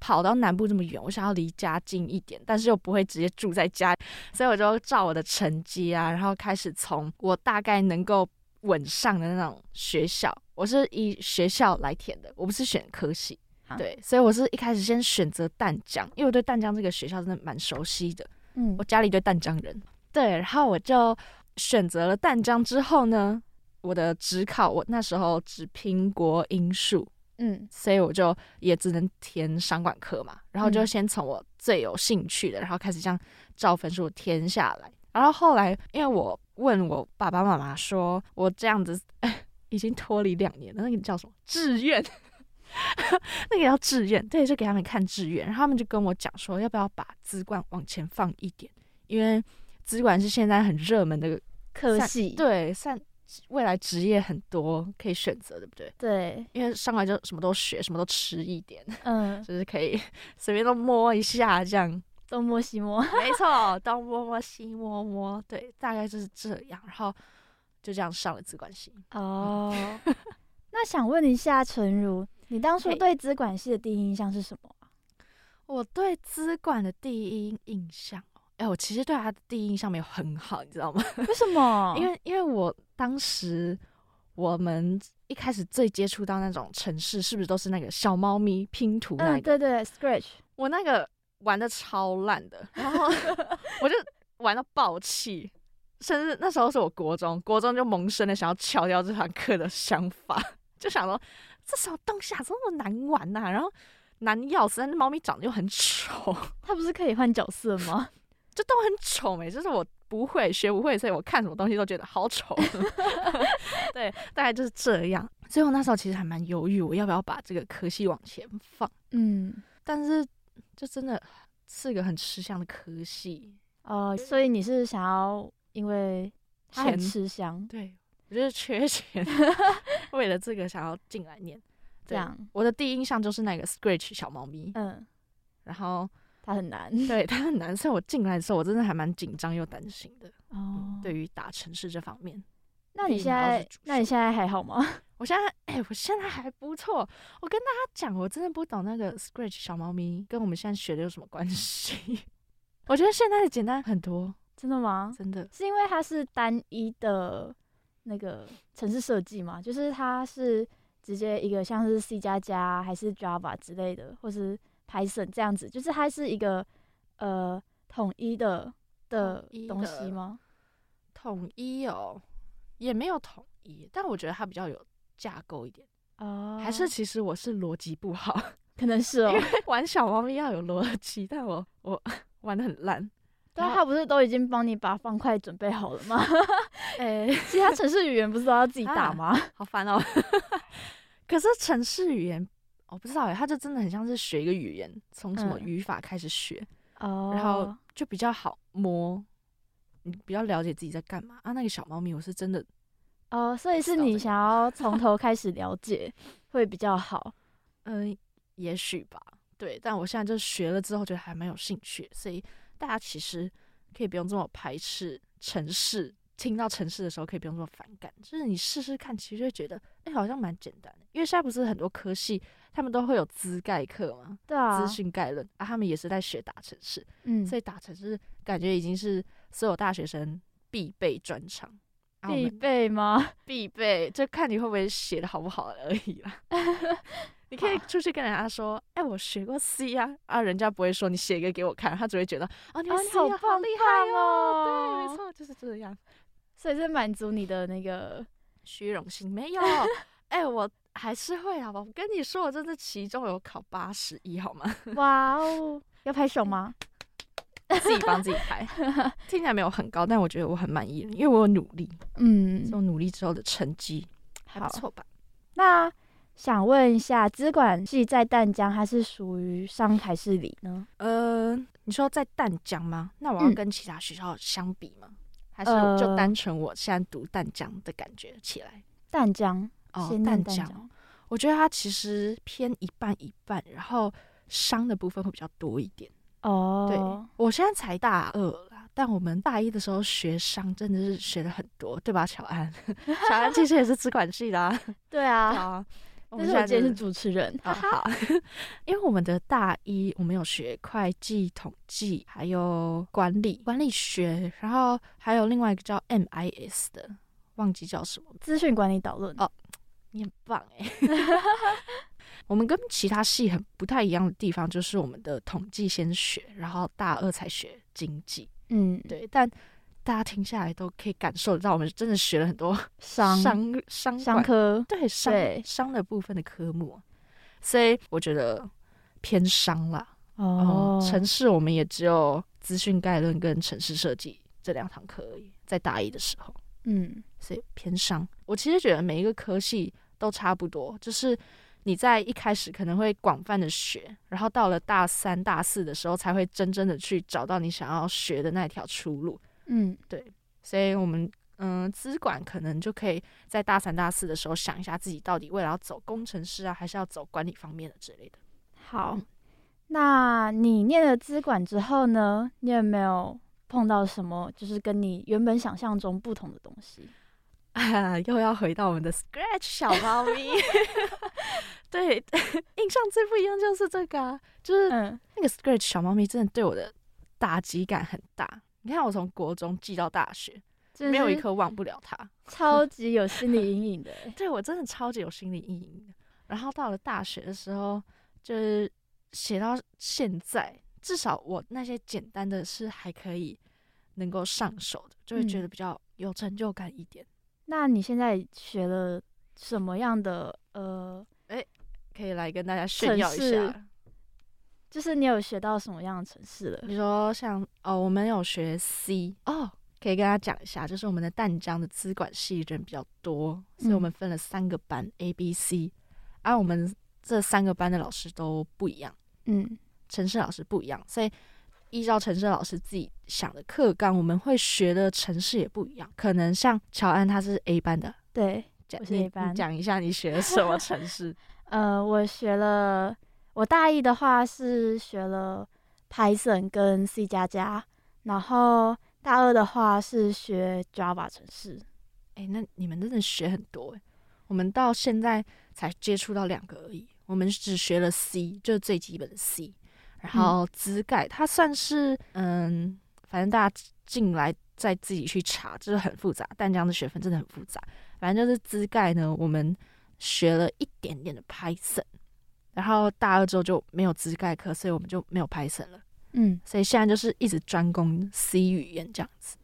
Speaker 1: 跑到南部这么远，我想要离家近一点，但是又不会直接住在家，所以我就照我的成绩啊，然后开始从我大概能够稳上的那种学校，我是以学校来填的，我不是选科系。
Speaker 2: 啊
Speaker 1: 对，所以我是一开始先选择淡江，因为我对淡江这个学校真的蛮熟悉的，
Speaker 2: 嗯
Speaker 1: 我，家里对淡江人。对，然后我就选择了淡江之后呢，我的职考我那时候只拼国英数，
Speaker 2: 嗯，
Speaker 1: 所以我就也只能填商管科嘛，然后就
Speaker 2: 嗯
Speaker 1: 先从我最有兴趣的，然后开始这样照分数填下来。然后后来，因为我问我爸爸妈妈说，我这样子、 已经脱离两年了，那个叫什么志愿？ 那个叫志愿，对，就给他们看志愿，然后他们就跟我讲说，要不要把资管往前放一点，因为资管是现在很热门的，
Speaker 2: 科
Speaker 1: 三
Speaker 2: 系，
Speaker 1: 对，算未来职业很多可以选择，对不对？
Speaker 2: 对，
Speaker 1: 因为上来就什么都学，什么都吃一点，
Speaker 2: 嗯，
Speaker 1: 就是可以随便都摸一下这样。
Speaker 2: 东摸西 摸，
Speaker 1: 没错，东摸摸西摸摸，对，大概就是这样。然后就这样上了资管系。
Speaker 2: 哦， 那想问一下陈如，你当初
Speaker 1: 嘿
Speaker 2: 对资管系的第一印象是什么啊？
Speaker 1: 我对资管的第一印象哦，哎、我其实对他的第一印象没有很好，你知道吗？
Speaker 2: 为什 么？
Speaker 1: 因为因为我当时我们一开始最接触到那种城市，是不是都是那个小猫咪拼图那
Speaker 2: 嗯，
Speaker 1: 个？
Speaker 2: 对对，Scratch，
Speaker 1: 我那个玩的超烂的，然后 我就玩到爆气，甚至那时候是我国中，国中就萌生了想要翘掉这堂课的想法， 就想说这什么东西啊，这么难玩呐、然后难要死，但是猫咪长得又很丑，
Speaker 2: 它不是可以换角色吗？
Speaker 1: 就都很丑没、就是我不会学不会，所以我看什么东西都觉得好丑。 对，大概就是这样。所以我那时候其实还蛮犹豫，我要不要把这个科系往前放，
Speaker 2: 嗯，
Speaker 1: 但是就真的是个很吃香的科系，
Speaker 2: 哦，所以你是想要因为它很
Speaker 1: 钱
Speaker 2: 吃香
Speaker 1: 对，我就是缺钱，为了这个想要进来念。
Speaker 2: 这
Speaker 1: 对
Speaker 2: 样，
Speaker 1: 我的第一印象就是那个 Scratch 小猫咪，
Speaker 2: 嗯，
Speaker 1: 然后
Speaker 2: 它很难
Speaker 1: 对它很难，所以我进来的时候我真的还蛮紧张又担心的。
Speaker 2: 哦。
Speaker 1: 对于打城市这方面，
Speaker 2: 那你
Speaker 1: 毕
Speaker 2: 现
Speaker 1: 竟还要是
Speaker 2: 在
Speaker 1: 主，
Speaker 2: 那你
Speaker 1: 修
Speaker 2: 现在还好吗？
Speaker 1: 我现在哎、我现在还不错。我跟大家讲，我真的不懂那个 Scratch 小猫咪跟我们现在学的有什么关系。 我觉得现在的简单很多，
Speaker 2: 真的吗？
Speaker 1: 真的。
Speaker 2: 是因为它是单一的那个城市设计嘛，就是它是直接一个像是 C 加加还是 Java 之类的，或是 Python 这样子，就是它是一个呃统一的的
Speaker 1: 统一
Speaker 2: 东
Speaker 1: 的
Speaker 2: 西吗？
Speaker 1: 统一哦，也没有统一，但我觉得它比较有架构一点。
Speaker 2: 哦，
Speaker 1: 还是其实我是逻辑不好，
Speaker 2: 可能是哦
Speaker 1: 因，为玩小猫咪要有逻辑，但我我 玩的很烂。
Speaker 2: 但
Speaker 1: 然后
Speaker 2: 它不是都已经帮你把方块准备好了吗？
Speaker 1: 哎、
Speaker 2: 其他城市语言不是都要自己打
Speaker 1: 啊
Speaker 2: 吗？
Speaker 1: 好烦哦。可是城市语言，我不知道哎，它就真的很像是学一个语言，从什么
Speaker 2: 嗯
Speaker 1: 语法开始学，
Speaker 2: 哦
Speaker 1: 然后就比较好摸，你比较了解自己在干嘛啊。那个小猫咪，我是真的
Speaker 2: 哦，所以是
Speaker 1: 知道
Speaker 2: 你
Speaker 1: 这个
Speaker 2: 想要从头开始了解会比较好。
Speaker 1: 嗯、也许吧，对。但我现在就学了之后，觉得还蛮有兴趣，所以大家其实可以不用这么排斥城市，听到城市的时候可以不用这么反感，就是你试试看，其实就会觉得，哎、好像蛮简单的。因为现在不是很多科系，他们都会有资概课嘛，
Speaker 2: 对啊，
Speaker 1: 资讯概论啊，他们也是在学打城市，
Speaker 2: 嗯，
Speaker 1: 所以打城市感觉已经是所有大学生必备专长。啊我
Speaker 2: 必
Speaker 1: 们
Speaker 2: 备吗？
Speaker 1: 必备，就看你会不会写的好不好而已 啦。你可以出去跟人家说，哎、我学过 C 啊，啊，人家不会说你写一个给我看，他只会觉得，啊，你
Speaker 2: 啊
Speaker 1: 会
Speaker 2: 你
Speaker 1: C
Speaker 2: 好
Speaker 1: 啊
Speaker 2: 棒
Speaker 1: 厉害
Speaker 2: 棒
Speaker 1: 哦，对，
Speaker 2: 哦
Speaker 1: 没错，就是这样。
Speaker 2: 所以是满足你的 那个
Speaker 1: 虚荣心没 有，哎、我还是会好吧。我跟你说，我这次期中有考八十一，好吗？
Speaker 2: 哇哦，要拍手吗？
Speaker 1: 自己帮自己 拍，听起来没有很高，但我觉得我很满意，因为我有努力，
Speaker 2: 嗯
Speaker 1: 这，种努力之后的成绩还
Speaker 2: 好
Speaker 1: 不。错吧？
Speaker 2: 那想问一下，资管系在淡江，它是属于上还是里呢？
Speaker 1: 呃，你说在淡江吗？那我要
Speaker 2: 嗯
Speaker 1: 跟其他学校相比吗？还是就
Speaker 2: 呃
Speaker 1: 单纯我现在读淡江的感觉起来？
Speaker 2: 淡江，
Speaker 1: 哦
Speaker 2: 先，念
Speaker 1: 淡
Speaker 2: 淡
Speaker 1: 江，我觉得它其实偏一半一半，然后商的部分会比较多一点。
Speaker 2: 哦
Speaker 1: 对，，我现在才大二啦，但我们大一的时候学商真的是学了很多，对吧？乔安， 乔安其实也是资管系的、 啊，
Speaker 2: 对啊，
Speaker 1: 啊，我
Speaker 2: 但
Speaker 1: 们
Speaker 2: 是
Speaker 1: 现在
Speaker 2: 我今天
Speaker 1: 就是
Speaker 2: 主持人，
Speaker 1: 啊、好， 因为我们的大一我们有学会计、统计，还有管理管理学，然后还有另外一个叫 MIS 的，忘记叫什么，
Speaker 2: 资讯管理导论，
Speaker 1: 哦你很棒哎、 我们跟其他系很不太一样的地方，就是我们的统计先学，然后大二才学经济。
Speaker 2: 嗯，
Speaker 1: 对，但大家听下来都可以感受得到，我们真的学了很多
Speaker 2: 商
Speaker 1: 商商
Speaker 2: 商
Speaker 1: 管
Speaker 2: 科，
Speaker 1: 对商
Speaker 2: 对
Speaker 1: 商的部分的科目，所以我觉得偏商啦。
Speaker 2: 哦，
Speaker 1: 城市我们也只有资讯概论跟城市设计这两堂课而已，在大一的时候，
Speaker 2: 嗯，
Speaker 1: 所以偏商。我其实觉得每一个科系都差不多，就是你在一开始可能会广泛的学，然后到了大三、大四的时候才会真正的去找到你想要学的那条出路。
Speaker 2: 嗯，
Speaker 1: 所以我们嗯，资管可能就可以在大三、大四的时候想一下自己到底未来要走工程师啊，还是要走管理方面的之类的。
Speaker 2: 好，那你念了资管之后呢，你有没有碰到什么就是跟你原本想象中不同的东西？
Speaker 1: 啊， 又要回到我们的 Scratch 小猫咪。 对， 印象最不一样就是这个、啊，就是
Speaker 2: 嗯，
Speaker 1: 那个 Scratch 小猫咪真的对我的打击感很大。你看，我从国中记到大学，
Speaker 2: 真的
Speaker 1: 没有一
Speaker 2: 是
Speaker 1: 科忘不了它。
Speaker 2: 超级有心理阴影的欸，
Speaker 1: 对我真的超级有心理阴影的。然后到了大学的时候，就是写到现在，至少我那些简单的是还可以能够上手的，就会觉
Speaker 2: 嗯
Speaker 1: 得比较有成就感一点。
Speaker 2: 那你现在学了什么样的呃，
Speaker 1: 可以来跟大家炫
Speaker 2: 城
Speaker 1: 耀一
Speaker 2: 市
Speaker 1: 下。
Speaker 2: 就是你有学到什么样的城市了？
Speaker 1: 你说像哦，我们有学 C 哦，可以跟大家讲一下，就是我们的淡江的资管系人比较多，所以我
Speaker 2: 嗯
Speaker 1: 们分了三个班 A、B、C，而、我们这三个班的老师都不一样，
Speaker 2: 嗯
Speaker 1: 城市老师不一样，所以依照城市老师自己想的课纲，我们会学的城市也不一样。可能像乔安他是 A 班的，，
Speaker 2: 对，
Speaker 1: 讲
Speaker 2: 我是
Speaker 1: 你
Speaker 2: A
Speaker 1: 你
Speaker 2: 班
Speaker 1: 讲一下你学了什么城市？
Speaker 2: 呃，我学了，我大一的话是学了 Python 跟 C 加加，然后大二的话是学 Java 城市。
Speaker 1: 哎、那你们真的学很多哎、我们到现在才接触到两个而已，我们只学了 C，就是最基本的 C，然
Speaker 2: 嗯
Speaker 1: 后资盖它算是嗯，反正大家进来再自己去查，就是很复杂，但这样的学分真的很复杂。反正就是资盖呢，我们学了一点点的 Python，然后大二之后就没有资盖课，所以我们就没有 Python 了，
Speaker 2: 嗯，
Speaker 1: 所以现在就是一直专攻 C 语言这样子。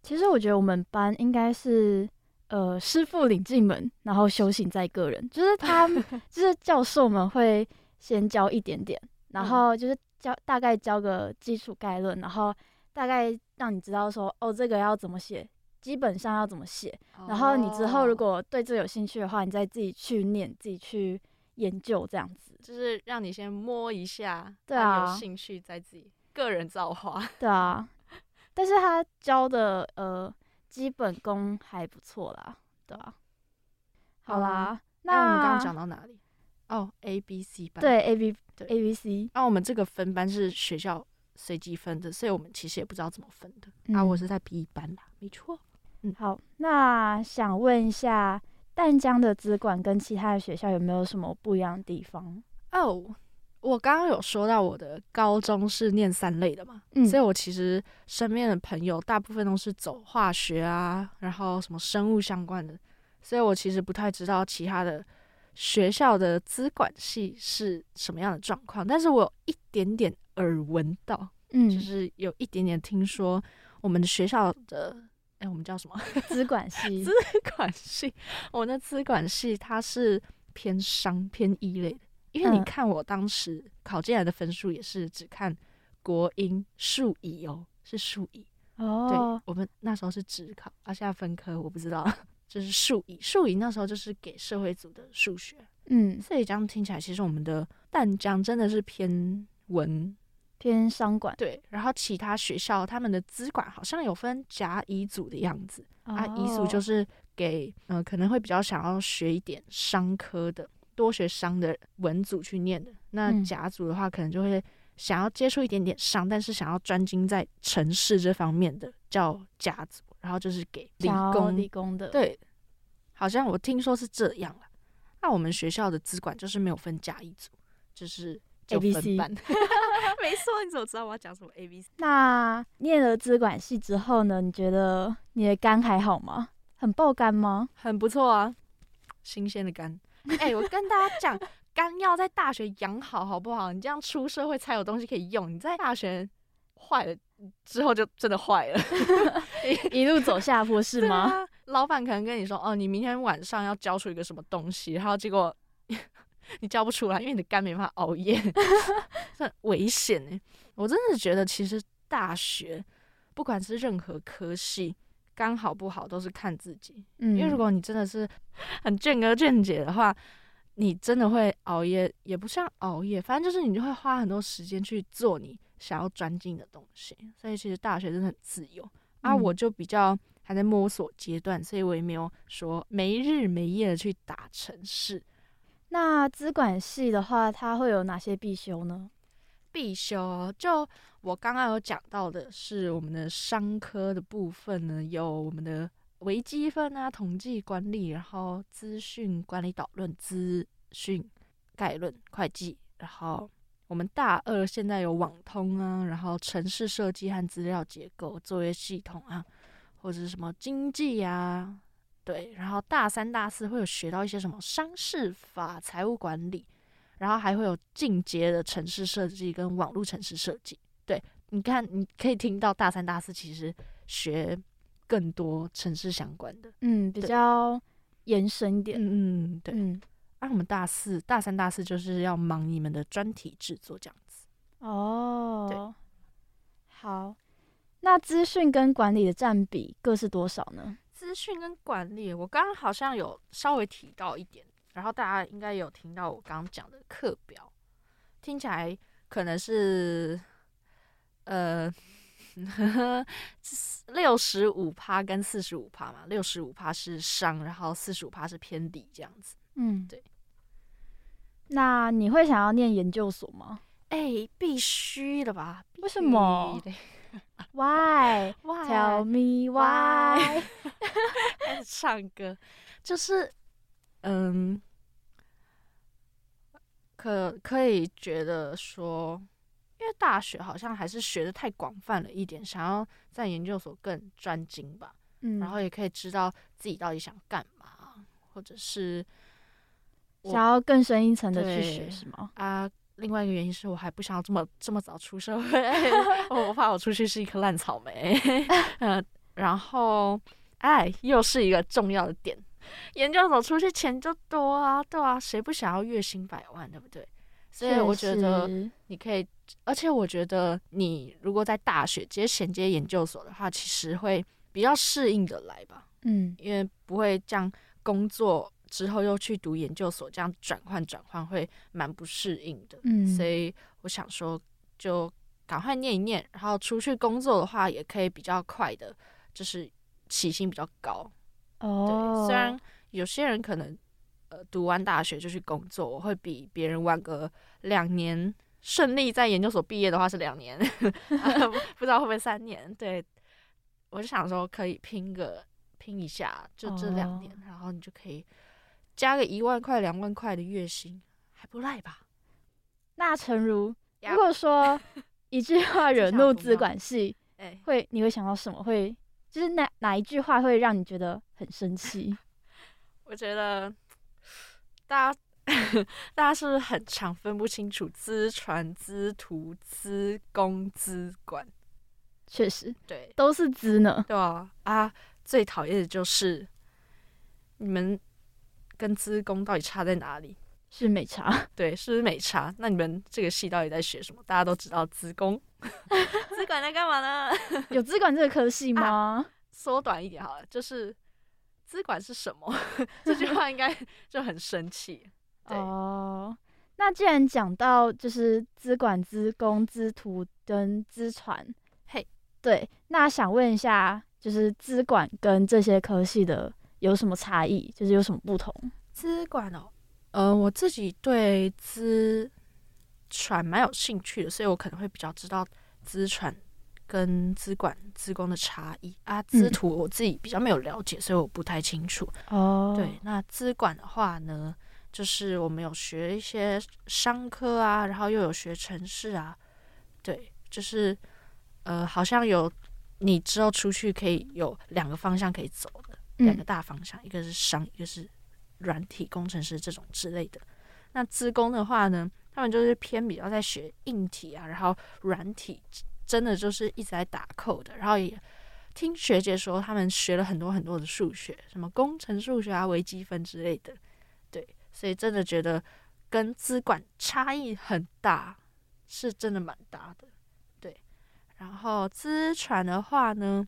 Speaker 2: 其实我觉得我们班应该是。呃，师傅领进门，然后修行在个人。就是他们，就是教授们会先教一点点，
Speaker 1: 嗯
Speaker 2: 然后就是教大概教个基础概论，然后大概让你知道说，哦，这个要怎么写，基本上要怎么写，然后你之
Speaker 1: 哦
Speaker 2: 后如果对这有兴趣的话，你再自己去念，自己去研究这样子。
Speaker 1: 就是让你先摸一下，
Speaker 2: 对
Speaker 1: 让你
Speaker 2: 啊
Speaker 1: 有兴趣再自己个人造 化。
Speaker 2: 对啊，但是他教的呃基本功还不错啦，对啊。好啦，那、
Speaker 1: 哦那我们刚刚讲到哪里？哦，A、B、C 班。。
Speaker 2: 对 A B
Speaker 1: 对
Speaker 2: A B C，
Speaker 1: 那、我们这个分班是学校随机分的，所以我们其实也不知道怎么分的。啊，
Speaker 2: 嗯
Speaker 1: 我是在 B 班啦，没错。
Speaker 2: 好，那想问一下，淡江的资管跟其他的学校有没有什么不一样的地方？
Speaker 1: 哦，我刚刚有说到我的高中是念三类的嘛，
Speaker 2: 嗯
Speaker 1: 所以我其实身边的朋友大部分都是走化学啊，然后什么生物相关的，所以我其实不太知道其他的学校的资管系是什么样的状况，但是我有一点点耳闻到，
Speaker 2: 嗯，
Speaker 1: 就是有一点点听说我们的学校的，哎、我们叫什么
Speaker 2: 资管 系，
Speaker 1: 资管系？我们的资管系它是偏商偏一类的，因为你
Speaker 2: 嗯
Speaker 1: 看我当时考进来的分数也是只看国英数乙哦，是数乙。对
Speaker 2: 哦，
Speaker 1: 我们那时候是只考，啊，现在分科我不知道。就是数乙，数乙那时候就是给社会组的数学，
Speaker 2: 嗯，
Speaker 1: 所以这样听起来，其实我们的淡江真的是偏文
Speaker 2: 偏商管
Speaker 1: 对，然后其他学校他们的资管好像有分甲乙组的样子，啊，乙
Speaker 2: 哦
Speaker 1: 组就是是给嗯、呃可能会比较想要学一点商科的，多学商的文组去念的。那
Speaker 2: 嗯
Speaker 1: 甲组的话，可能就会想要接触一点点商，但是想要专精在城市这方面的叫甲组，然后就是给理工
Speaker 2: 理工的，
Speaker 1: 对，好像我听说是这样了。那我们学校的资管就是没有分甲乙组，就是就
Speaker 2: A B
Speaker 1: 分
Speaker 2: C
Speaker 1: 班。 没错，你怎么知道我要讲什么 A B C？
Speaker 2: 那念了资管系之后呢？你觉得你的肝还好吗？很爆肝吗？
Speaker 1: 很不错啊，新鲜的肝。 哎、我跟大家讲， 肝要在大学养好，好不好？你这样出社会才有东西可以用。你在大学坏了之后就真的坏 了，
Speaker 2: 一路走下坡是
Speaker 1: 对
Speaker 2: 吗？
Speaker 1: 啊？老板可能跟你说，哦，你明天晚上要交出一个什么东西，然后结果 你交不出来，因为你的肝没办法熬夜， 这很危险哎、我真的觉得，其实大学不管是任何科系，肝好不好都是看自己。
Speaker 2: 嗯
Speaker 1: 因为如果你真的是 很倦哥倦姐的话，你真的会熬夜，也不像熬夜，反正就是你就会花很多时间去做你想要专精的东西。所以其实大学真的很自由啊，
Speaker 2: 嗯
Speaker 1: 我就比较还在摸索阶段，所以我也没有说没日没夜的去打城市
Speaker 2: 那资管系的话，它会有哪些必修呢？
Speaker 1: 必修哦。就我刚刚有讲到的是我们的商科的部分呢，有我们的微积分啊、统计管理，然后资讯管理导论、资讯概论、会计，然后我们大二现在有网通啊，然后城市设计和资料结构、作业系统啊，或者是什么经济啊，对，然后大三、大四会有学到一些什么商事法、财务管理，然后还会有进阶的城市设计跟网络城市设计。对，你看，你可以听到大三、大四其实学更多城市相关的。
Speaker 2: 嗯，比
Speaker 1: 对
Speaker 2: 较延伸一点。
Speaker 1: 嗯嗯，对。
Speaker 2: 嗯，
Speaker 1: 啊，我们大四、大三、大四就是要忙你们的专题制作这样子。
Speaker 2: 哦，好。那资讯跟管理的占比各是多少呢？
Speaker 1: 资讯跟管理，我刚刚好像有稍微提到一点，然后大家应该有听到我刚刚讲的课表，听起来可能是呃 六十五趴跟四十五趴嘛，六十五趴是商，然后四十五趴是偏理这样子。
Speaker 2: 嗯，
Speaker 1: 对。
Speaker 2: 那你会想要念研究所吗
Speaker 1: 哎、必须的吧？必
Speaker 2: 为什么
Speaker 1: 须的
Speaker 2: ？Why?
Speaker 1: 哇
Speaker 2: Tell me why?
Speaker 1: Why？开始唱歌，就是嗯，可可以觉得说，因为大学好像还是学的太广泛了一点，想要在研究所更专精吧，
Speaker 2: 嗯，
Speaker 1: 然后也可以知道自己到底想干嘛，或者是我
Speaker 2: 想要更深一层的去学
Speaker 1: 对
Speaker 2: 是吗？
Speaker 1: 啊。另外一个原因是我还不想要这么这么早出社会， 我我怕我出去是一颗烂草莓。 呃，然后，哎，又是一个重要的点，研究所出去钱就多啊，对啊，谁不想要月薪百万，对不对？所以
Speaker 2: 确
Speaker 1: 我觉得
Speaker 2: 实
Speaker 1: 你可以，而且我觉得你如果在大学直接衔接研究所的话，其实会比较适应的来吧，
Speaker 2: 嗯，
Speaker 1: 因为不会这样工作之后又去读研究所，这样转换转换会蛮不适应的。
Speaker 2: 嗯
Speaker 1: 所以我想说，就赶快念一念，然后出去工作的话，也可以比较快的，就是起薪比较高。对，
Speaker 2: 哦，
Speaker 1: 虽然有些人可能呃读完大学就去工作，我会比别人晚个两年。顺利在研究所毕业的话是两年， 啊不不知道会不会三年。对，我就想说可以拼个拼一下，就这两年，
Speaker 2: 哦
Speaker 1: 然后你就可以加个一万块、两万块的月薪，还不赖吧？
Speaker 2: 那诚如
Speaker 1: 呀
Speaker 2: 如果说一 句话惹
Speaker 1: 这下
Speaker 2: 怒资
Speaker 1: 不妙
Speaker 2: 管系，
Speaker 1: 哎、
Speaker 2: 会你会想到什么？会就是哪哪一句话会让你觉得很生气？
Speaker 1: 我觉得大家 大家是不是很常分不清楚资传、资图、资工、资管？
Speaker 2: 确实
Speaker 1: 对
Speaker 2: 都是资呢，
Speaker 1: 对啊啊！最讨厌的就是你们跟资工到底差在哪里？
Speaker 2: 是美 茶。
Speaker 1: 对，是不是没差？那你们这个系到底在学什么？大家都知道资工， 资 管在干嘛呢？啊
Speaker 2: 有资管这个科系吗？
Speaker 1: 缩短一点好了，就是
Speaker 5: 资管是什 么？这句话应该就很生气。对
Speaker 2: 哦，那既然讲到就是资管、资工、资图跟资传，
Speaker 5: 嘿，
Speaker 2: 对，那想问一下，就是资管跟这些科系的有什么差异？就是有什么不同？
Speaker 5: 资管哦，
Speaker 1: 呃，我自己对资传蛮有兴趣的，所以我可能会比较知道资传跟资管、资工的差异啊。资
Speaker 2: 嗯
Speaker 1: 图我自己比较没有了解，所以我不太清楚。
Speaker 2: 哦
Speaker 1: 对，，那资管的话呢，就是我们有学一些商科啊，然后又有学城市啊，对，就是呃，好像有你之后出去可以有两个方向可以走的，两个
Speaker 2: 嗯，
Speaker 1: 大方向，一个是商，一个是软体工程师这种之类的。那资工的话呢，他们就是偏比较在学硬体啊，然后软体真的就是一直在打扣的，然后也听学姐说他们学了很多很多的数学，什么工程数学啊、微积分之类的，对，所以真的觉得跟资管差异很大，是真的蛮大的，对。然后资传的话呢，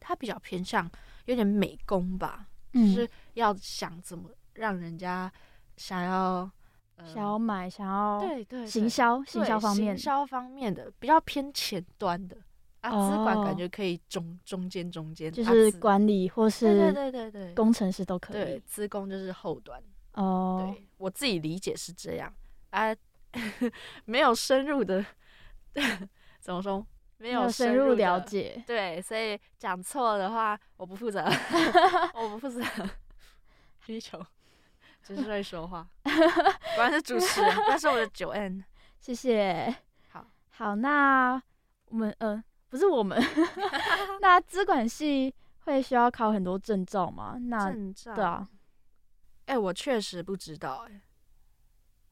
Speaker 1: 它比较偏向有点美工吧，
Speaker 2: 嗯
Speaker 1: 就是要想怎么让人家想要、呃、
Speaker 2: 想要买，想要
Speaker 1: 对对
Speaker 2: 行
Speaker 1: 对
Speaker 2: 销，行
Speaker 1: 对
Speaker 2: 销方面
Speaker 1: 行，销方面的比较偏前端的啊，资管
Speaker 2: 哦
Speaker 1: 感觉可以中中间中间，
Speaker 2: 就
Speaker 1: 啊
Speaker 2: 是
Speaker 1: 资
Speaker 2: 管理或
Speaker 1: 对对
Speaker 2: 是
Speaker 1: 对对对
Speaker 2: 工程师都可
Speaker 1: 对
Speaker 2: 以。
Speaker 1: 资工就是后端，
Speaker 2: 哦，
Speaker 1: 对我自己理解是这样啊， 没有深入的 怎么说？没
Speaker 2: 没
Speaker 1: 有
Speaker 2: 有深
Speaker 1: 入
Speaker 2: 入
Speaker 1: 的
Speaker 2: 了。解。
Speaker 1: 对，所以讲错的话，我不负 责，我不负 责。需 求，只是会说 话，果然是主持人，但是我的九 N。
Speaker 2: 谢谢。
Speaker 1: 好，
Speaker 2: 好，那我们呃，不是 我们， 那资管系会需要考很多证照吗？那
Speaker 1: 阵仗
Speaker 2: 对啊，
Speaker 1: 哎、我确实不知道哎、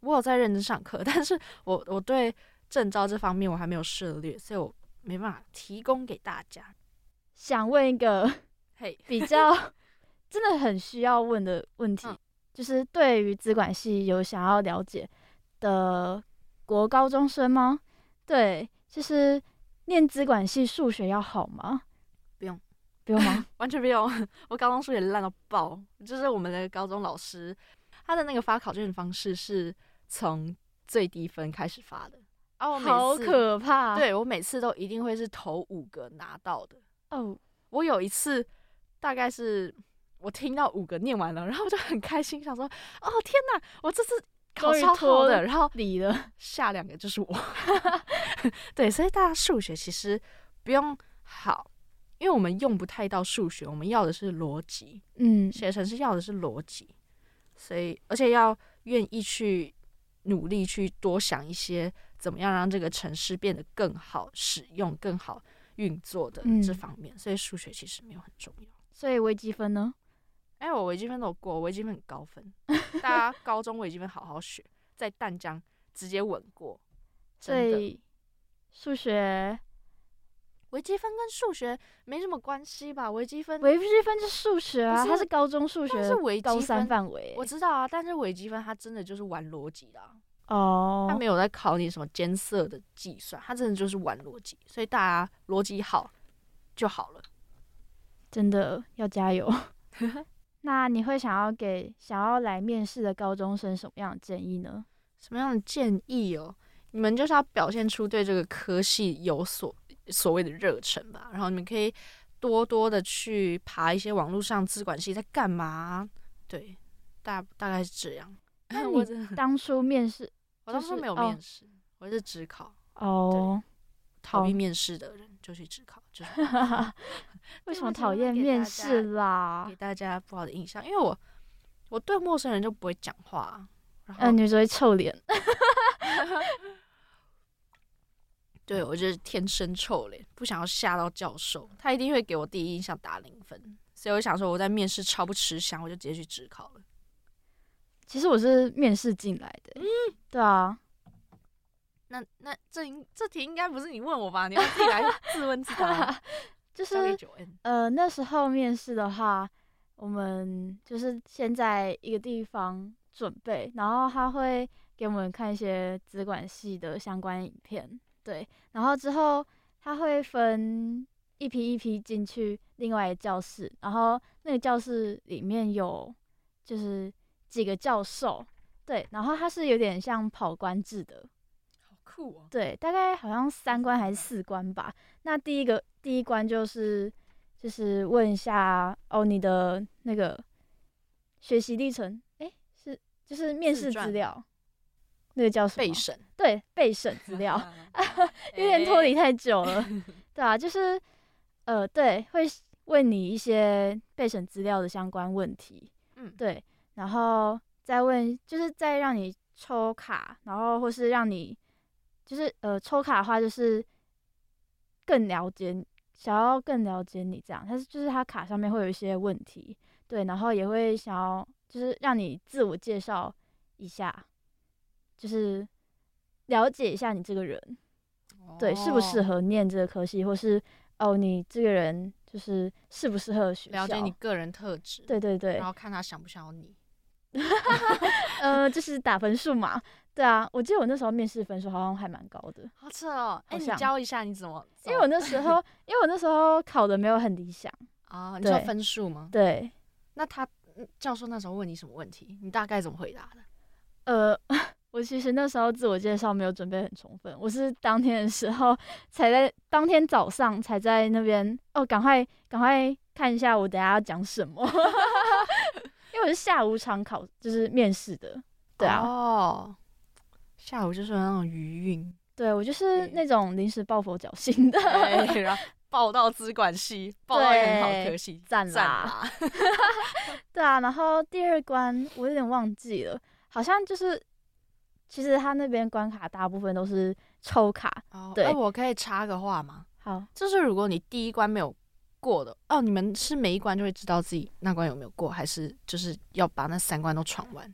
Speaker 1: 我有在认真上课，但是我我对证照这方面我还没有涉猎，所以我没办法提供给大家。
Speaker 2: 想问一个
Speaker 1: 嘿，
Speaker 2: 比较真的很需要问的问题，
Speaker 1: 嗯
Speaker 2: 就是对于资管系有想要了解的国高中生吗？对，就是念资管系数学要好吗？
Speaker 1: 不用，
Speaker 2: 不用 吗？
Speaker 1: 完全没有，我高中数学烂到爆，就是我们的高中老师，他的那个发考卷的方式是从最低分开始发的，啊，我每次
Speaker 2: 好可怕！，
Speaker 1: 对我每次都一定会是头五个拿到的。
Speaker 2: 哦，
Speaker 1: 我有一次大概是我听到五个念完了，然后我就很开心，想说哦天哪，我这次考
Speaker 2: 终于
Speaker 1: 超好
Speaker 2: 脱
Speaker 1: 的，然后
Speaker 2: 理了，
Speaker 1: 下两个就是我。 对，所以大家数学其实不用好，因为我们用不太到数学，我们要的是逻辑，
Speaker 2: 嗯，
Speaker 1: 写程式要的是逻辑，所以而且要愿意去努力去多想一些怎么样让这个城市变得更好使用、更好运作的这
Speaker 2: 嗯
Speaker 1: 方面，所以数学其实没有很重要。
Speaker 2: 所以微积分呢？
Speaker 1: 哎、我微积分都有过，我微积分很高分，大家高中微积分好好学，在淡江直接稳过。
Speaker 2: 所
Speaker 1: 真的，
Speaker 2: 以数学
Speaker 1: 微积分跟数学没什么关系吧？微积分，
Speaker 2: 微积分是数学啊，
Speaker 1: 不是
Speaker 2: 它是高中数学
Speaker 1: 但是微
Speaker 2: 高
Speaker 1: 积
Speaker 2: 三
Speaker 1: 分，
Speaker 2: 范围欸。
Speaker 1: 我知道啊，但是微积分它真的就是玩逻辑的啊、他
Speaker 2: 哦，
Speaker 1: 没有在考你什么监测的计算，他真的就是玩逻辑，所以大家逻辑好就好 了。
Speaker 2: 真的要加油。那你会想要给想要来面试的高中生什么样的建议 呢？
Speaker 1: 什么样的建议哦？你们就是要表现出对这个科系有所所谓的热忱吧，然后你们可以多多的去爬一些网络上资管系在干嘛啊，对，大大概是这样。
Speaker 2: 那
Speaker 1: 我
Speaker 2: 你
Speaker 1: 真的
Speaker 2: 当初面试
Speaker 1: 我当
Speaker 2: 就
Speaker 1: 时
Speaker 2: 是
Speaker 1: 没有
Speaker 2: 哦
Speaker 1: 面试，我是只考，
Speaker 2: 哦，
Speaker 1: 逃
Speaker 2: 好
Speaker 1: 避面试的人就去只考，就是对
Speaker 2: 为什么
Speaker 1: 不起
Speaker 2: 讨
Speaker 1: 我
Speaker 2: 厌
Speaker 1: 给
Speaker 2: 面
Speaker 1: 大
Speaker 2: 试
Speaker 1: 家
Speaker 2: 啦
Speaker 1: 给？大家不好的印象，因为我我对陌生人就不会讲话啊，然后、
Speaker 2: 嗯，你只会臭脸。
Speaker 1: 对我就是天生臭脸，不想要吓到教授，他一定会给我第一印象打零分，所以我想说我在面试超不吃香，我就直接去职考了。
Speaker 2: 其实我是面试进来的
Speaker 1: 嗯
Speaker 2: 欸，对啊，
Speaker 1: 那那这应这题应该不是你问我吧？你要 自己来自问自 答。
Speaker 2: 就
Speaker 1: 交给
Speaker 2: 是
Speaker 1: 九 N，
Speaker 2: 呃，那时候面试的话，我们就是先在一个地方准备，然后他会给我们看一些资管系的相关影片，对，然后之后他会分一批一批进去另外一个教室，然后那个教室里面有就是几个教授，对，然后他是有点像跑官制的，
Speaker 1: 好酷哦！
Speaker 2: 对，大概好像三关还是四关吧。那第一个第一关就是就是问一下哦，你的那个学习历程，诶，是就是面
Speaker 1: 自
Speaker 2: 试资
Speaker 1: 传
Speaker 2: 料，那个叫什么？
Speaker 1: 备审啊
Speaker 2: 对，备审资料。 有点脱离太久了，对啊，就是呃，对，会问你一些备审资料的相关问题，
Speaker 1: 嗯，
Speaker 2: 对，然后再问，就是再让你抽卡，然后或是让你就是呃抽卡的话，就是更了解你，想要更了解你这样，但是就是他卡上面会有一些问题，对，然后也会想要就是让你自我介绍一下，就是了解一下你这个人。对，适不适
Speaker 1: 合
Speaker 2: 合念这个科系，或是哦，你这个人就是适不适合学校？
Speaker 1: 了解你哦个人特质？，
Speaker 2: 对对对
Speaker 1: 然，后看他想不想要你。
Speaker 2: 呃，就是打分数嘛。对啊，我记得我那时候面试分数好像还蛮高的，
Speaker 1: 好扯哦！哎，
Speaker 2: 好
Speaker 1: 你
Speaker 2: 像
Speaker 1: 教一下你怎么？
Speaker 2: 因为我
Speaker 1: 怎么
Speaker 2: 那时候，因为我那时候考的没有很理想。
Speaker 1: 啊，你说
Speaker 2: 对
Speaker 1: 分数吗？
Speaker 2: 对，
Speaker 1: 那他嗯教授那时候问你什么问题？你大概怎么回答的？
Speaker 2: 呃， 我其实那时候自我介绍没有准备很充分，我是当天的时候才在当天早上才在那边哦，赶快赶快看一下我等一下要讲 什么，因为我是下午场考，就是面试的。对啊，
Speaker 1: 哦，下午就是有那种余韵，
Speaker 2: 对我就是
Speaker 1: 对哎
Speaker 2: 那种临时抱佛脚型的，
Speaker 1: 对然后报到资管系，报到一个很好的科系，
Speaker 2: 赞
Speaker 1: 赞
Speaker 2: 啦！
Speaker 1: 啦！
Speaker 2: 对啊，然后第二关我有点忘记了，好像就是，其实他那边关卡大部分都是抽卡。
Speaker 1: 哦，
Speaker 2: 对
Speaker 1: 哎，我可以插个话吗？
Speaker 2: 好，
Speaker 1: 就是如果你第一关没有过的，哦，你们是每一关就会知道自己那关有没有过，还是就是要把那三关都闯完？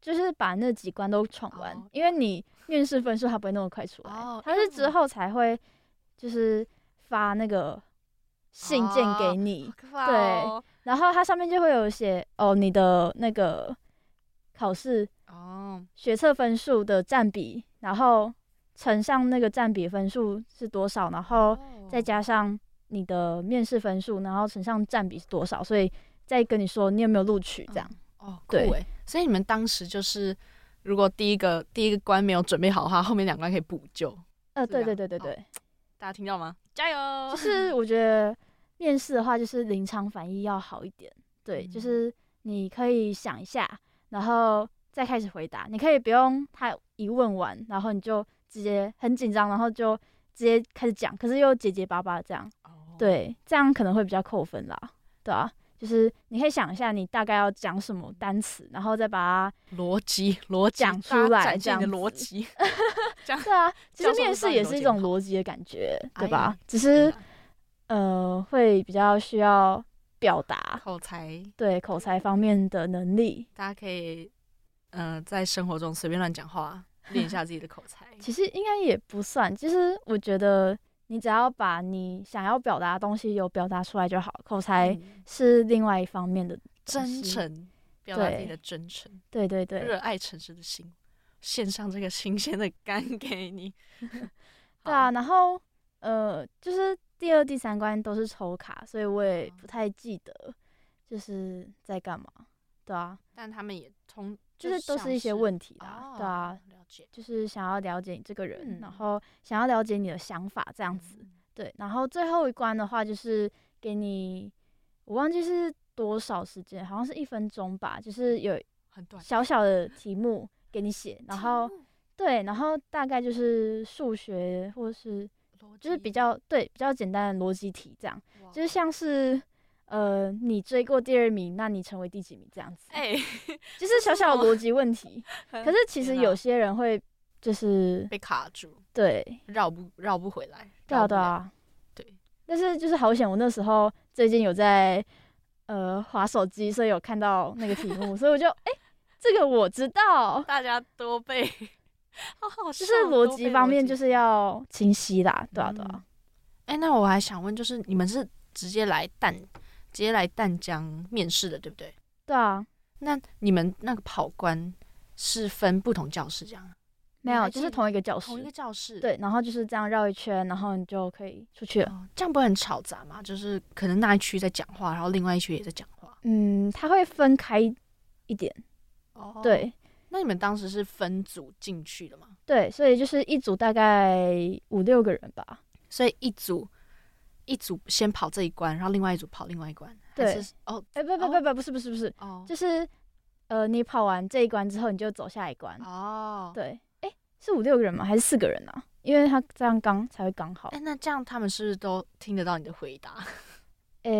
Speaker 2: 就是把那几关都闯完，
Speaker 1: 哦
Speaker 2: 因为你面试分数它不会那么快出来，
Speaker 1: 哦
Speaker 2: 它是之后才会就是发那个信件
Speaker 1: 哦
Speaker 2: 给你，
Speaker 1: 可怕
Speaker 2: 哦！然后它上面就会有写哦你的那个考试
Speaker 1: 对，哦，
Speaker 2: 学测分数的占比，然后乘上那个占比分数是多少，然后哦
Speaker 1: 嗯
Speaker 2: 再加上你的面试分数，然后乘上占比是多少，所以再跟你说你有没有录取这样。
Speaker 1: 哦，酷
Speaker 2: 对
Speaker 1: 诶。所以你们当时就是，如果第一个第一个关没有准备好的话，后面两关可以补救。
Speaker 2: 呃，
Speaker 1: 是这
Speaker 2: 对
Speaker 1: 样
Speaker 2: 对对对对，
Speaker 1: 大家听到吗？加油！
Speaker 2: 就是我觉得面试的话，就是临场反应要好一点。对，
Speaker 1: 嗯
Speaker 2: 就是你可以想一下，然后再开始回答。你可以不用他一问完，然后你就直接很紧张，然后就直接开始讲，可是又结结巴巴这样。
Speaker 1: 哦，
Speaker 2: 对，这样可能会比较扣分啦，对啊，就是你可以想一下你大概要讲什么单词，然后再把
Speaker 1: 逻辑逻辑
Speaker 2: 讲出
Speaker 1: 大家
Speaker 2: 来
Speaker 1: 展
Speaker 2: 这
Speaker 1: 现你的
Speaker 2: 样
Speaker 1: 逻
Speaker 2: 子
Speaker 1: 辑。
Speaker 2: 它， 对啊，其实
Speaker 1: 教授
Speaker 2: 面
Speaker 1: 是帮
Speaker 2: 试
Speaker 1: 你
Speaker 2: 也
Speaker 1: 逻
Speaker 2: 是一
Speaker 1: 辑
Speaker 2: 种
Speaker 1: 很
Speaker 2: 逻辑的感觉，对
Speaker 1: 哎
Speaker 2: 吧
Speaker 1: 呀？
Speaker 2: 只是呃，会比较需要表达，
Speaker 1: 口才，
Speaker 2: 对口才方面的能力。
Speaker 1: 大家可以呃在生活中随便乱讲话，练一下自己的口 才。
Speaker 2: 其实应该也不算，其实我觉得你只要把你想要表达的东西有表达出来就好，口才
Speaker 1: 嗯
Speaker 2: 是另外一方面的东
Speaker 1: 真
Speaker 2: 西。
Speaker 1: 诚，表达自己
Speaker 2: 对
Speaker 1: 的真诚，
Speaker 2: 对对对，
Speaker 1: 热爱城市的心，献上这个新鲜的肝给 你。
Speaker 2: 对啊，
Speaker 1: 好，
Speaker 2: 然后呃，就是第二、第三关都是抽卡，所以我
Speaker 1: 哦
Speaker 2: 也不太记得就是在干嘛。对啊，
Speaker 1: 但他们也通，
Speaker 2: 就是都
Speaker 1: 像
Speaker 2: 是一些问题啦。
Speaker 1: 哦
Speaker 2: 对啊，，
Speaker 1: 了解
Speaker 2: 就是想要了解你这个人，然
Speaker 1: 嗯
Speaker 2: 后想要了解你的想法这
Speaker 1: 这
Speaker 2: 样子。。对，然后最后一关的话就是给你，我忘记是多少时间，好像是一分钟吧，就是有
Speaker 1: 很短，
Speaker 2: 小小的题目给你写，然后
Speaker 1: 题目
Speaker 2: 对，然后大概就是数学或是
Speaker 1: 逻
Speaker 2: 就是
Speaker 1: 辑
Speaker 2: 比较对比较简单的逻辑题，这样
Speaker 1: 哇
Speaker 2: 就是像是呃，你追过第二名，那你成为第几名这样子，
Speaker 1: 哎，
Speaker 2: 就是小小的逻辑问题。
Speaker 1: 可
Speaker 2: 可是其实
Speaker 1: 天
Speaker 2: 有
Speaker 1: 哪
Speaker 2: 些人会就是
Speaker 1: 被卡住，
Speaker 2: 对
Speaker 1: 绕不绕不回来，
Speaker 2: 对啊
Speaker 1: 绕不
Speaker 2: 对
Speaker 1: 了，
Speaker 2: 啊，
Speaker 1: 对，
Speaker 2: 但是就是好险，我那时候最近有在呃划手机，所以有看到那个题目，所以我就哎、这个我知 道，
Speaker 1: 大家多被， 好好笑
Speaker 2: 就
Speaker 1: 哦，。
Speaker 2: 是逻辑方面就是是要清晰啦，对啊对啊
Speaker 1: 嗯。哎、那我还想问，就是你们是直接来淡，直接来淡江面试的，对不对？
Speaker 2: 对啊，
Speaker 1: 那你们那个跑官是分不同教室这样？
Speaker 2: 没
Speaker 1: 你
Speaker 2: 有，
Speaker 1: 还
Speaker 2: 就是
Speaker 1: 进
Speaker 2: 同一个教室
Speaker 1: 同一，个教室，
Speaker 2: 对，然后就是这样绕一圈，然后你就可以出去了。
Speaker 1: 哦，这样不会很吵杂吗？就是可能那一区在讲话，然后另外一区也在讲话。
Speaker 2: 嗯，它会分开一点，
Speaker 1: 哦，
Speaker 2: 对
Speaker 1: 那你们当时是分组进去的吗？
Speaker 2: 对，所以就是一组大概五六个人吧，
Speaker 1: 所以一组一组先跑这一关，然后另外一组跑另外一关。还
Speaker 2: 对
Speaker 1: 是，哦
Speaker 2: 哎、不不不不，不是不是不是，
Speaker 1: 哦
Speaker 2: 就是呃，你跑完这一关之后，你就走下一关。
Speaker 1: 哦，
Speaker 2: 对，哎、是五六个人吗？还是四个人啊？因为他这样刚才会刚好
Speaker 1: 哎、。那这样他们是不是都听得到你的回答？
Speaker 2: 呃、